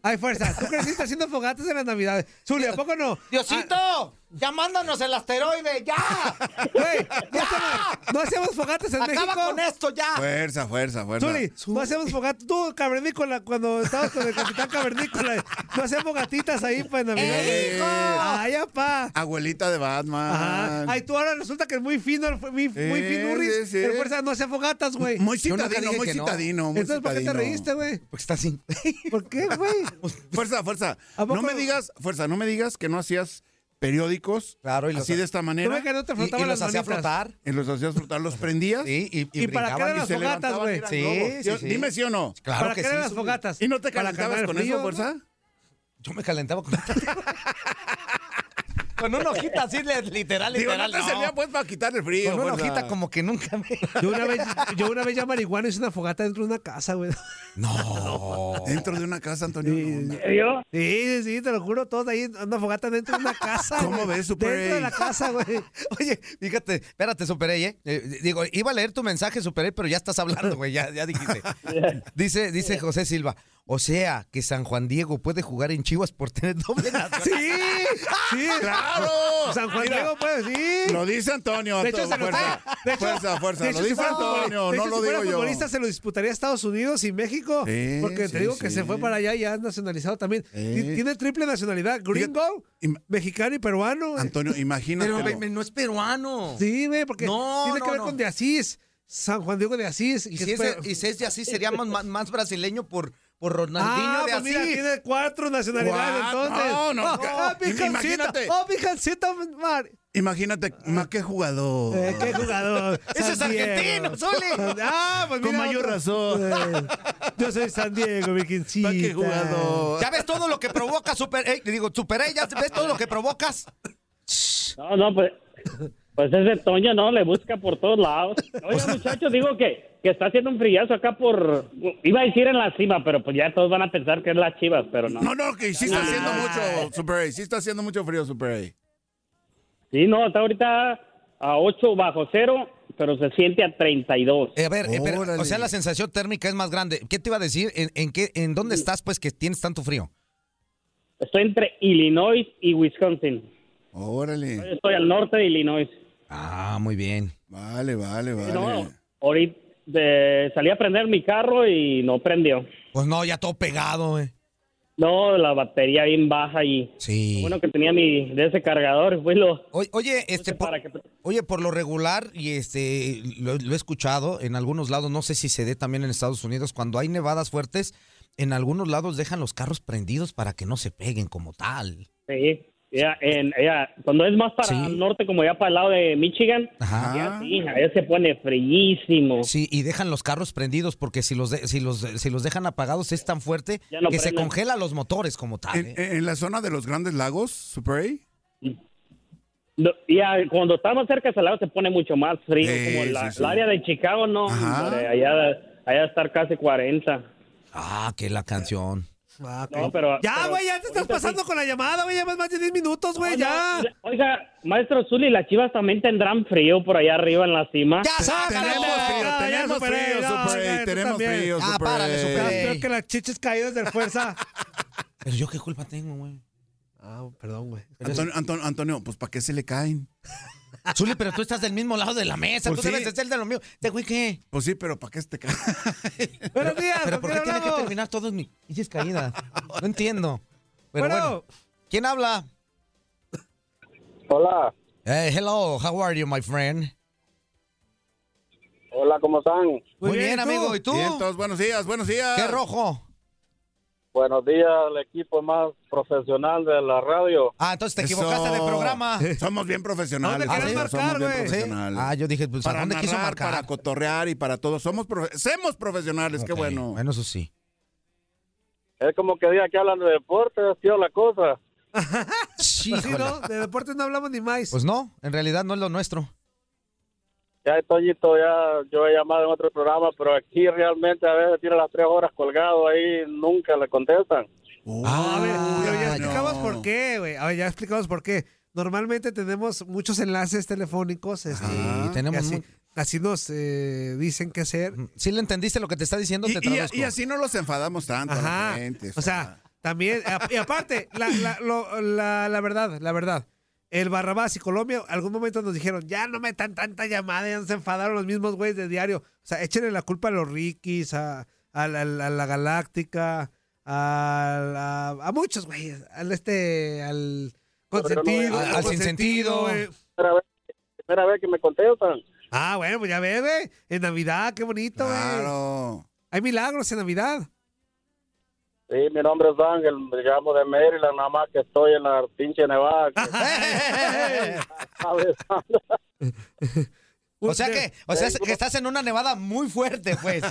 Speaker 1: Ay, fuerza, tú creciste haciendo fogatas en las navidades. Zuli, ¿a poco no?
Speaker 4: Diosito, ya mándanos el asteroide, ya.
Speaker 1: Ah, Güey, no hacemos, no hacemos fogatas en
Speaker 4: Acaba
Speaker 1: México.
Speaker 4: con esto ya.
Speaker 2: Fuerza, fuerza, fuerza.
Speaker 1: Zuli, no hacemos fogatas. Tú, cavernícola, cuando estabas con el capitán cavernícola, no hacemos gatitas ahí para Navidad.
Speaker 4: ¡Eh, hijo!
Speaker 1: ¡Ay, apá!
Speaker 2: Abuelita de Batman.
Speaker 1: Ajá. Ay, tú ahora resulta que es muy fino, el fu- muy, muy
Speaker 2: Eh,
Speaker 1: finurris.
Speaker 2: Ah. sí, sí.
Speaker 1: El fuerza no hace fogatas, güey.
Speaker 2: Muy
Speaker 4: Yo nunca
Speaker 2: citadino,
Speaker 4: dije
Speaker 2: muy
Speaker 4: que no.
Speaker 2: citadino. muy
Speaker 1: Entonces, ¿por qué te
Speaker 2: citadino.
Speaker 1: reíste, güey?
Speaker 4: Porque está así.
Speaker 1: ¿Por qué, güey?
Speaker 2: Fuerza, fuerza.
Speaker 1: ¿A poco?
Speaker 2: No me digas, fuerza, no me digas que no hacías periódicos
Speaker 4: Claro, y los-
Speaker 2: así de esta
Speaker 1: No
Speaker 2: manera.
Speaker 1: me que no te
Speaker 4: Y, y
Speaker 1: flotaban
Speaker 4: los
Speaker 1: las
Speaker 4: hacía
Speaker 1: manitas.
Speaker 4: flotar.
Speaker 2: Y los hacías flotar, los prendías.
Speaker 4: Sí, y, y,
Speaker 1: ¿Y para qué
Speaker 4: brincaban
Speaker 1: eran
Speaker 4: y
Speaker 1: las
Speaker 4: se-
Speaker 2: se
Speaker 1: fogatas,
Speaker 2: levantaban y
Speaker 1: güey?
Speaker 2: eran
Speaker 4: Sí,
Speaker 2: globos.
Speaker 4: sí,
Speaker 2: Yo-
Speaker 4: sí.
Speaker 2: Dime sí o no.
Speaker 4: Claro
Speaker 1: ¿Para
Speaker 4: que
Speaker 1: qué
Speaker 4: sí.
Speaker 1: eran las
Speaker 4: Zuli.
Speaker 1: fogatas?
Speaker 2: ¿Y no te
Speaker 1: Para
Speaker 2: calentabas
Speaker 1: calmar el
Speaker 2: con
Speaker 1: frío,
Speaker 2: eso,
Speaker 1: ¿no?
Speaker 2: fuerza?
Speaker 4: Yo me calentaba con... con una hojita así, le- literal,
Speaker 2: Digo, no
Speaker 4: literal.
Speaker 2: te
Speaker 4: no.
Speaker 2: servía pues para quitar el frío.
Speaker 4: Con una
Speaker 2: fuerza.
Speaker 4: hojita como que nunca me...
Speaker 1: Yo una vez, yo una vez ya marihuana hice una fogata dentro de una casa, güey.
Speaker 4: No.
Speaker 2: Dentro de una casa, Antonio. no, no.
Speaker 10: Yo,
Speaker 1: Sí, sí, sí, te lo juro, todos ahí, una fogata dentro de una casa.
Speaker 2: ¿Cómo
Speaker 1: güey.
Speaker 2: ves, Super
Speaker 1: Dentro de la
Speaker 2: Ace?
Speaker 1: casa, güey.
Speaker 4: Oye, fíjate, espérate, superé, ¿eh? Eh, Digo, iba a leer tu mensaje, superé, pero ya estás hablando, güey, ya, ya dijiste. Dice, dice José Silva, o sea, que San Juan Diego puede jugar en Chivas por tener doble nacional.
Speaker 1: Sí, sí.
Speaker 2: ¡Claro!
Speaker 1: San Juan
Speaker 2: Mira,
Speaker 1: Diego, pues, sí.
Speaker 2: Lo dice Antonio.
Speaker 1: De hecho,
Speaker 2: Antonio,
Speaker 1: se lo
Speaker 2: fuerza,
Speaker 1: está- de hecho-
Speaker 2: fuerza, fuerza.
Speaker 1: de hecho,
Speaker 2: lo
Speaker 1: si
Speaker 2: dice
Speaker 1: fuera futbol-
Speaker 2: Antonio,
Speaker 1: de
Speaker 2: no
Speaker 1: hecho,
Speaker 2: lo
Speaker 1: si fuera
Speaker 2: digo yo.
Speaker 1: futbolista se lo disputaría a Estados Unidos y México.
Speaker 2: Sí,
Speaker 1: porque
Speaker 2: sí,
Speaker 1: te digo que
Speaker 2: sí.
Speaker 1: se fue para allá y ya es nacionalizado también.
Speaker 2: Eh.
Speaker 1: Ti- Tiene triple nacionalidad, gringo,
Speaker 2: im-
Speaker 1: mexicano y peruano.
Speaker 2: Antonio, imagínate.
Speaker 4: Pero baby, no es peruano.
Speaker 1: Sí, güey, porque
Speaker 4: No,
Speaker 1: tiene que
Speaker 4: no,
Speaker 1: ver
Speaker 4: no.
Speaker 1: con de Asís, San Juan Diego de Asís.
Speaker 4: Y
Speaker 1: que
Speaker 4: si,
Speaker 1: es
Speaker 4: es,
Speaker 1: pe-
Speaker 4: y si es de así, sería más- más, más brasileño por, por Ronaldinho
Speaker 1: Ah,
Speaker 4: de
Speaker 1: pues mira,
Speaker 4: así.
Speaker 1: tiene cuatro nacionalidades
Speaker 2: Guau,
Speaker 1: entonces.
Speaker 2: no, no,
Speaker 1: Ah,
Speaker 2: no.
Speaker 1: mi cancita,
Speaker 2: Imagínate.
Speaker 1: oh, mi cancita, Mar.
Speaker 2: Imagínate, más que jugador.
Speaker 1: Eh, qué jugador.
Speaker 4: Ese es
Speaker 1: San Diego.
Speaker 4: argentino, Zuli.
Speaker 1: Ah, pues
Speaker 2: Con
Speaker 1: mira
Speaker 2: mayor
Speaker 1: otro.
Speaker 2: razón.
Speaker 1: Eh, yo soy San Diego, mi quincita.
Speaker 2: Más que jugador.
Speaker 4: ¿Ya ves todo lo que provoca Super Ey? Digo, Super Ey, ¿ya ves todo lo que provocas?
Speaker 10: no, no, pues, pues ese Toño, no, le busca por todos lados. Oiga, muchachos, digo que, que está haciendo un frillazo acá por... Iba a decir en la cima, pero pues ya todos van a pensar que es las chivas, pero no.
Speaker 2: No, no, que sí
Speaker 10: Ah.
Speaker 2: está haciendo mucho, Super A. Sí está haciendo mucho frío, Super
Speaker 10: Sí, no, está ahorita a 8 bajo cero, pero se siente a 32.
Speaker 4: Eh, a ver, eh, pero, o
Speaker 2: Órale.
Speaker 4: sea, la sensación térmica es más grande. ¿Qué te iba a decir? ¿En, en qué, en dónde estás, pues, que tienes tanto frío?
Speaker 10: Estoy entre Illinois y Wisconsin.
Speaker 2: A. Órale.
Speaker 10: Estoy al norte de Illinois.
Speaker 4: Ah, muy bien.
Speaker 2: Vale, vale, vale.
Speaker 10: No, ahorita eh, salí a prender mi carro y no prendió.
Speaker 4: Pues no, ya todo pegado, eh.
Speaker 10: No, la batería bien baja y
Speaker 4: Sí.
Speaker 10: bueno que tenía mi de ese cargador, fue lo
Speaker 4: O- oye, este, por,
Speaker 10: para que
Speaker 4: oye, por lo regular, y este, lo, lo he escuchado en algunos lados, no sé si se dé también en Estados Unidos, cuando hay nevadas fuertes, en algunos lados dejan los carros prendidos para que no se peguen como tal.
Speaker 10: sí. Ya, en- ya, cuando es más para el norte, como ya para el lado de Michigan,
Speaker 4: Ajá.
Speaker 2: Ah,
Speaker 10: ya sí, ya se pone frillísimo.
Speaker 4: Sí, y dejan los carros prendidos porque si los, de- si los, si los dejan apagados es tan fuerte
Speaker 10: Ya no
Speaker 4: que se
Speaker 10: prenden.
Speaker 4: congela los motores como tal.
Speaker 2: En,
Speaker 4: ¿eh?
Speaker 2: en la zona de los grandes lagos, Super A.
Speaker 10: No, ya cuando está más cerca del lado se pone mucho más frío.
Speaker 2: Sí,
Speaker 10: como la,
Speaker 2: sí, sí.
Speaker 10: el área de Chicago, no.
Speaker 2: Ajá.
Speaker 10: hombre, allá, allá estar casi 40.
Speaker 4: Ah, que la canción.
Speaker 10: No, pero,
Speaker 1: Ah, Ya,
Speaker 10: pero
Speaker 1: güey, ya te estás
Speaker 10: ahorita sí.
Speaker 1: pasando con la llamada, güey. Llevas más de 10 minutos, güey, ya.
Speaker 10: Ah, Oiga, maestro Zuli, las chivas también tendrán frío por allá arriba en la cima.
Speaker 4: ¡Ya sácalo!
Speaker 2: Tenemos frío,
Speaker 10: Ah,
Speaker 1: ya, ya
Speaker 2: tenemos
Speaker 1: superé,
Speaker 2: frío,
Speaker 1: ya,
Speaker 2: Super
Speaker 1: ya,
Speaker 2: A,
Speaker 1: tú
Speaker 2: tenemos
Speaker 1: también.
Speaker 2: frío,
Speaker 4: Ah,
Speaker 2: Super
Speaker 4: párale,
Speaker 2: A.
Speaker 4: Super
Speaker 1: Estás
Speaker 4: Ey.
Speaker 1: peor que las chiches caídas de fuerza.
Speaker 4: Pero yo qué culpa tengo, güey.
Speaker 1: Ah, perdón, güey.
Speaker 2: Antonio, Antonio, Antonio, pues ¿para qué se le caen?
Speaker 4: Zuli, pero tú estás del mismo lado de la mesa.
Speaker 2: Pues
Speaker 4: tú
Speaker 2: sí.
Speaker 4: debes de ser de lo mío. Este güey, ¿qué?
Speaker 2: Pues sí, pero ¿para qué se te caen?
Speaker 1: Buenos días,
Speaker 4: ¿Pero por qué tiene que
Speaker 1: hablamos?
Speaker 4: terminar todo en mi pinches caídas? No entiendo. Pero
Speaker 1: Bueno,
Speaker 4: bueno. ¿Quién habla?
Speaker 11: Hola,
Speaker 4: Eh, hello, how are you, my friend?
Speaker 11: hola, ¿cómo están?
Speaker 4: Muy, bien,
Speaker 1: bien, ¿y tú?
Speaker 4: amigo. ¿Y tú?
Speaker 2: Bien, todos, buenos días, buenos días.
Speaker 4: ¿Qué rojo?
Speaker 11: Buenos días al equipo más profesional de la radio.
Speaker 4: Ah, entonces te
Speaker 2: Eso.
Speaker 4: equivocaste de programa.
Speaker 2: Somos bien profesionales.
Speaker 1: ¿Dónde querías
Speaker 2: nosotros
Speaker 1: marcar,
Speaker 2: somos bien
Speaker 1: güey?
Speaker 2: profesionales.
Speaker 4: Ah, yo dije, pues, ¿a
Speaker 2: para
Speaker 4: dónde quiso
Speaker 2: narrar,
Speaker 4: marcar?
Speaker 2: para cotorrear y para todo. Somos profe- semos profesionales, qué
Speaker 4: Ok,
Speaker 2: bueno.
Speaker 4: Bueno, eso sí.
Speaker 11: Es como que diga que hablan de deportes, tío, la cosa.
Speaker 1: pues sí,
Speaker 4: Híjole.
Speaker 1: ¿no? De deportes no hablamos ni más.
Speaker 4: Pues no, en realidad no es lo nuestro.
Speaker 11: Ya, Toñito, ya yo he llamado en otro programa, pero aquí realmente a veces tiene las tres horas colgado ahí, nunca le contestan.
Speaker 2: Uh,
Speaker 1: A ver, pero ya
Speaker 4: Ah,
Speaker 1: explicamos
Speaker 2: no.
Speaker 1: por qué, güey. A ver, ya explicamos por qué. Normalmente tenemos muchos enlaces telefónicos. Este,
Speaker 4: Sí, tenemos
Speaker 1: así,
Speaker 4: mu-
Speaker 1: así nos eh, dicen qué hacer.
Speaker 4: Si le entendiste lo que te está diciendo, te
Speaker 2: Y, y-
Speaker 4: traduzco.
Speaker 2: y así no los enfadamos tanto a la
Speaker 1: Ajá.
Speaker 2: gente,
Speaker 1: O sea, también. a- Y aparte, la, la- lo- la- la verdad, la verdad. El Barrabás y Colombia, algún momento nos dijeron, ya no metan tanta llamada, ya se enfadaron los mismos güeyes de diario. O sea, échenle la culpa a los Rikis, a, a la, a la- a la Galáctica, a, la- a muchos güeyes. Al este, al consentido.
Speaker 11: Al-
Speaker 4: Ah, al sin
Speaker 1: consentido,
Speaker 4: sentido.
Speaker 2: eh.
Speaker 1: güey.
Speaker 11: Primera vez, primera vez que me contestan.
Speaker 1: Ah, bueno, pues ya ves, güey. En Navidad, qué bonito, güey.
Speaker 2: claro.
Speaker 1: Hay milagros en Navidad.
Speaker 11: Sí, mi nombre es Ángel, me llamo de Maryland, nada más que estoy en la pinche Nevada. que-
Speaker 2: Eh,
Speaker 11: ¿sabes?
Speaker 4: O sea que, o sea que estás en una nevada muy fuerte, pues.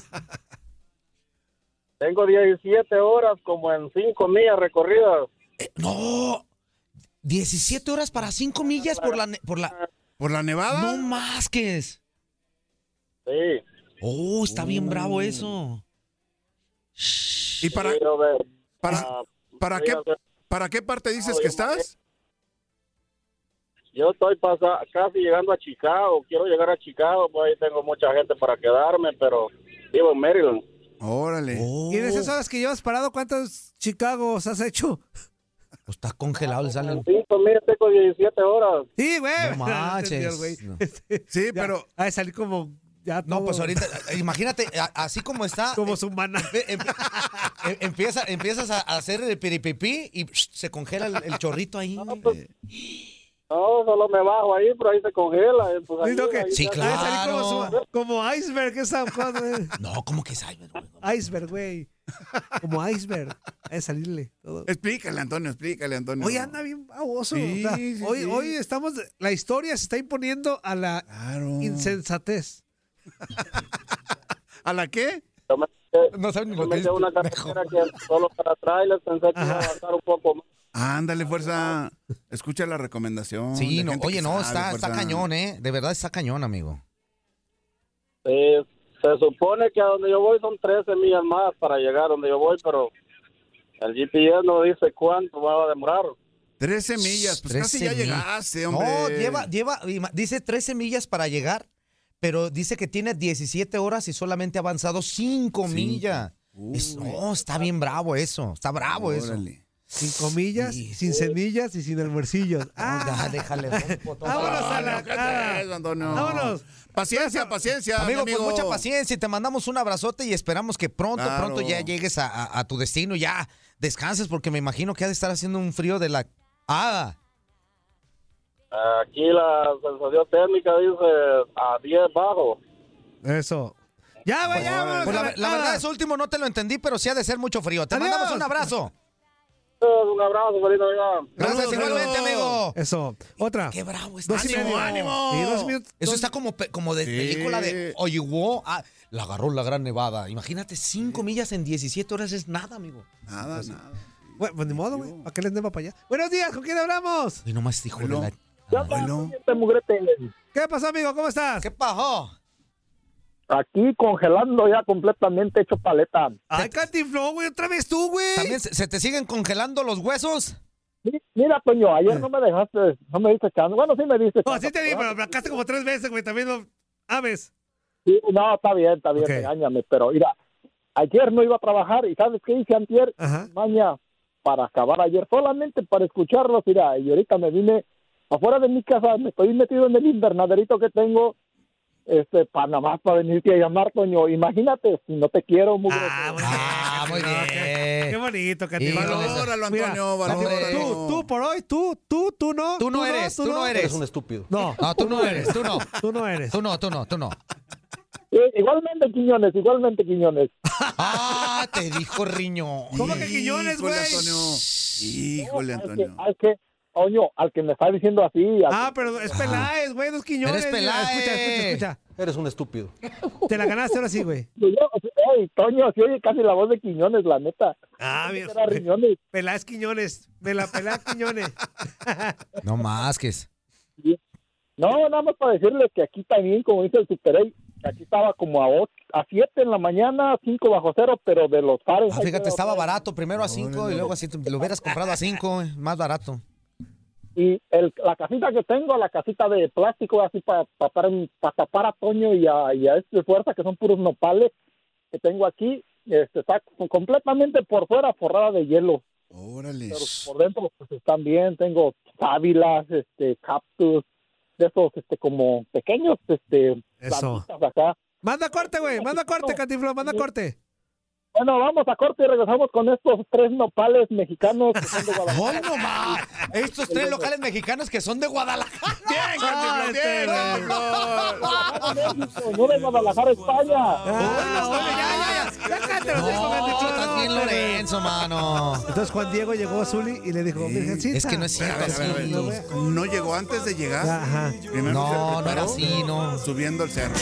Speaker 11: Tengo 17 horas como en 5 millas recorridas.
Speaker 4: No. 17 horas para 5 millas por la ne- por la
Speaker 2: ¿Por la nevada?
Speaker 11: Ah.
Speaker 4: no más que es.
Speaker 11: Sí, Mm.
Speaker 4: Oh, está bien bravo eso.
Speaker 2: ¿Y para,
Speaker 11: sí, Robert.
Speaker 2: para,
Speaker 11: Ah,
Speaker 2: para
Speaker 11: sí, Ah,
Speaker 2: qué,
Speaker 11: Robert.
Speaker 2: para qué parte dices
Speaker 11: No,
Speaker 2: que
Speaker 11: yo mandé-
Speaker 2: estás?
Speaker 11: Yo estoy pasa- casi llegando a Chicago, quiero llegar a Chicago, pues ahí tengo mucha gente para quedarme, pero vivo en Maryland.
Speaker 2: Órale.
Speaker 4: Oh,
Speaker 1: Y en esas horas que llevas parado, ¿cuántos Chicagos has hecho?
Speaker 4: pues está congelado el salen.
Speaker 11: En cinco meses tengo 17 horas.
Speaker 1: Sí, güey.
Speaker 4: No
Speaker 1: Entendió el
Speaker 4: manches.
Speaker 1: güey. Este,
Speaker 4: No.
Speaker 2: Sí,
Speaker 1: Ya,
Speaker 2: pero
Speaker 1: Ha de salir como. Ya
Speaker 4: No,
Speaker 1: todo-
Speaker 4: pues ahorita, eh, imagínate, a- así como está,
Speaker 1: Como su maná.
Speaker 4: eh, em- em- empieza, empiezas a a hacer el piripipí y psh, se congela el, el chorrito ahí.
Speaker 11: No, solo me bajo ahí, pero ahí se congela. eh, pues ahí-
Speaker 1: Digo que-
Speaker 11: ahí
Speaker 4: Sí,
Speaker 11: ya-
Speaker 1: Ha de salir como,
Speaker 4: Claro.
Speaker 1: su- como iceberg, esa cosa, güey.
Speaker 4: No, ¿cómo que sabe? güey?
Speaker 1: Iceberg, güey. Como iceberg. Ha de salirle todo.
Speaker 2: explícale, Antonio, explícale, Antonio.
Speaker 1: Hoy anda bien baboso.
Speaker 2: Sí,
Speaker 1: o sea,
Speaker 2: sí,
Speaker 1: hoy,
Speaker 2: sí.
Speaker 1: hoy estamos. La historia se está imponiendo a la
Speaker 4: Ah.
Speaker 2: Claro.
Speaker 1: insensatez.
Speaker 2: ¿A la qué?
Speaker 11: Yo me metí
Speaker 4: No sabe ni lo que es.
Speaker 11: una carretera que es solo para trailers, pensé que iba a avanzar un poco más.
Speaker 2: Ándale,
Speaker 11: Ah,
Speaker 2: fuerza. Escucha la recomendación.
Speaker 4: Sí,
Speaker 2: de
Speaker 4: no,
Speaker 2: gente
Speaker 4: oye,
Speaker 2: que
Speaker 4: no,
Speaker 2: sabe, pues, ah.
Speaker 4: está, está
Speaker 2: fuerza.
Speaker 4: cañón, ¿eh? De verdad está cañón, amigo.
Speaker 11: Eh, se supone que a donde yo voy son 13 millas más para llegar a donde yo voy, pero el GPS no dice cuánto va a demorar.
Speaker 2: 13 millas, pues casi
Speaker 4: 13
Speaker 2: ya
Speaker 4: mil-
Speaker 2: llegaste, hombre.
Speaker 4: No, lleva, lleva, ima- dice 13 millas para llegar, pero dice que tiene 17 horas y solamente ha avanzado 5 millas. Es- no, está bien bravo eso, está bravo eso.
Speaker 2: Órale.
Speaker 1: Sin comillas,
Speaker 4: Sí.
Speaker 1: sin semillas y sin almuercillos. Ah,
Speaker 4: Ah, déjale. rompo todo.
Speaker 1: Vámonos a la-
Speaker 2: Ah, no, ¿qué traes, Antonio?
Speaker 1: Vámonos.
Speaker 2: Paciencia, paciencia.
Speaker 4: Amigo,
Speaker 2: mi
Speaker 4: con mucha paciencia y te mandamos un abrazote y esperamos que pronto,
Speaker 2: Claro.
Speaker 4: pronto ya llegues a, a- a tu destino, ya descanses porque me imagino que ha de estar haciendo un frío de la... Ah,
Speaker 11: Aquí la sensación térmica dice a 10 bajo.
Speaker 1: eso. Ya, güey, ya, vámonos
Speaker 4: pues
Speaker 1: a
Speaker 4: la, la
Speaker 1: ah.
Speaker 4: verdad, eso último no te lo entendí, pero sí ha de ser mucho frío. Te
Speaker 1: Adiós.
Speaker 4: mandamos un abrazo.
Speaker 11: Un
Speaker 12: un abrazo, feliz Navidad.
Speaker 4: Gracias, igualmente, amigo.
Speaker 1: Eso. Otra.
Speaker 4: Qué bravo está.
Speaker 1: Dos y
Speaker 4: amigo.
Speaker 1: medio. Sí, dos minutos.
Speaker 4: Eso
Speaker 1: dos-
Speaker 4: está como, pe- como de película de Oyuwo. Ah, la agarró la Gran Nevada. Imagínate, 5 millas en 17 horas es nada, amigo.
Speaker 2: Nada, nada.
Speaker 1: Bueno, pues ni modo, güey. ¿Para qué les deba para allá? Buenos días, ¿con quién hablamos?
Speaker 4: Y nomás dijo de
Speaker 2: Bueno.
Speaker 4: la...
Speaker 12: Ya
Speaker 1: pues.
Speaker 2: Bueno.
Speaker 12: está, este mugrete.
Speaker 1: ¿Qué pasó, amigo? ¿Cómo estás?
Speaker 4: ¿Qué pasó?
Speaker 12: Aquí congelando ya completamente hecho paleta.
Speaker 1: Ay, Cantinflón, güey, otra vez tú, güey.
Speaker 4: ¿También se, se te siguen congelando los huesos? Eh.
Speaker 12: Mi- Mira, Toño, ayer no me dejaste, no me diste chance. Bueno, sí me diste
Speaker 1: No,
Speaker 12: chance,
Speaker 1: sí te di,
Speaker 12: ¿verdad?
Speaker 1: pero placaste como tres veces, güey. También lo ames.
Speaker 12: Sí, no, está bien, está bien,
Speaker 1: Ok.
Speaker 12: engáñame, pero mira, ayer no iba a trabajar y ¿sabes qué hice antier?
Speaker 1: Ajá.
Speaker 12: Maña, para acabar ayer, solamente para escucharlos, mira, y ahorita me vine afuera de mi casa, me estoy metido en el invernaderito que tengo, este, para nada más para venirte a llamar, Toño, imagínate, si no te quiero, muy
Speaker 1: Ah, muy bien.
Speaker 4: Ah, muy
Speaker 1: Cantinflón, Qué,
Speaker 4: bien.
Speaker 1: qué bonito, Cantinflón.
Speaker 4: Híjole, esa-
Speaker 2: Valóralo,
Speaker 1: Mira,
Speaker 2: Antonio, valóralo.
Speaker 1: Tú, tú por hoy, tú, tú, tú no.
Speaker 4: Tú no eres, tú no eres. Eres un
Speaker 1: estúpido. No,
Speaker 4: No, tú no eres, tú no.
Speaker 1: tú no eres.
Speaker 4: Tú no, tú no, tú no.
Speaker 12: Eh, igualmente, Quiñones, igualmente, Quiñones.
Speaker 4: Ah, te dijo Riño.
Speaker 1: ¿Cómo que Quiñones,
Speaker 2: Híjole,
Speaker 1: güey?
Speaker 2: Antonio. Híjole,
Speaker 12: Al que,
Speaker 2: Antonio.
Speaker 12: al que, Toño, al que me está diciendo así. al que-
Speaker 1: Ah, pero es Peláez, güey, no es Quiñones.
Speaker 4: Eres
Speaker 1: Mira, Escucha, escucha,
Speaker 4: Peláez.
Speaker 1: escucha.
Speaker 13: Eres un estúpido.
Speaker 1: Te la ganaste ahora sí, güey.
Speaker 12: Yo, ey, Toño, sí oye casi la voz de Quiñones, la neta.
Speaker 1: Ah, bien.
Speaker 12: Era Riñones.
Speaker 1: Peláez Quiñones. Me la Peláez Quiñones.
Speaker 4: No más que es.
Speaker 12: No, nada más para decirles que aquí también, como dice el Super Ey, que aquí estaba como a, och- a 7 en la mañana, 5 bajo cero, pero de los Fahrenheit.
Speaker 4: Ah, fíjate, estaba
Speaker 12: ¿no?
Speaker 4: barato, primero a 5 y luego a 7. Lo hubieras comprado a 5, más barato.
Speaker 12: Y el- la casita que tengo, la casita de plástico, así para tapar, pa tapar a Toño y a, y a este fuerza, que son puros nopales que tengo aquí, este, está completamente por fuera forrada de hielo.
Speaker 2: Órale.
Speaker 12: pero por dentro pues están bien, tengo sábilas, este, cactus, de esos este como pequeños, este,
Speaker 1: Eso.
Speaker 12: plantitas acá.
Speaker 1: Manda corte, güey. Manda corte, Cantinflón. Manda corte.
Speaker 12: Bueno, vamos a corte y regresamos con estos tres nopales mexicanos que son de
Speaker 4: ¡Oh,
Speaker 12: Guadalajara.
Speaker 4: no más! Estos tres locales mexicanos que son de Guadalajara.
Speaker 2: Bien,
Speaker 4: Ah,
Speaker 2: Cantinflón,
Speaker 4: este,
Speaker 2: bien, Cantinflón.
Speaker 12: Guadalajara, México, no de Guadalajara, España.
Speaker 1: Ah, oye, ya, ya, ya. Ya cántalo, sí,
Speaker 4: No,
Speaker 1: Cantinflón.
Speaker 4: estás bien Lorenzo, mano.
Speaker 1: Entonces Juan Diego llegó a Zuli y le dijo, Virgencita.
Speaker 4: Es que no es
Speaker 2: A
Speaker 4: cierto
Speaker 2: ver, a ver, a ver.
Speaker 4: así.
Speaker 2: No llegó antes de llegar.
Speaker 1: Ajá.
Speaker 2: Primero
Speaker 4: No,
Speaker 2: se
Speaker 4: no
Speaker 2: preparó,
Speaker 4: era así, no.
Speaker 2: Subiendo el cerro.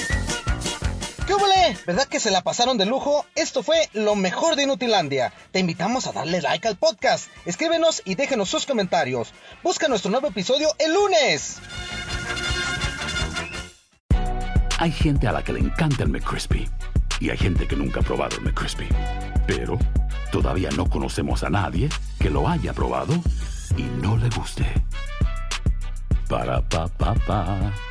Speaker 14: ¿Qué huele? ¿Verdad que se la pasaron de lujo? Esto fue lo mejor de Inutilandia. Te invitamos a darle like al podcast. Escríbenos y déjenos sus comentarios. Busca nuestro nuevo episodio el lunes.
Speaker 15: Hay gente a la que le encanta el McCrispy y hay gente que nunca ha probado el McCrispy. Pero todavía no conocemos a nadie que lo haya probado y no le guste. Para pa pa pa.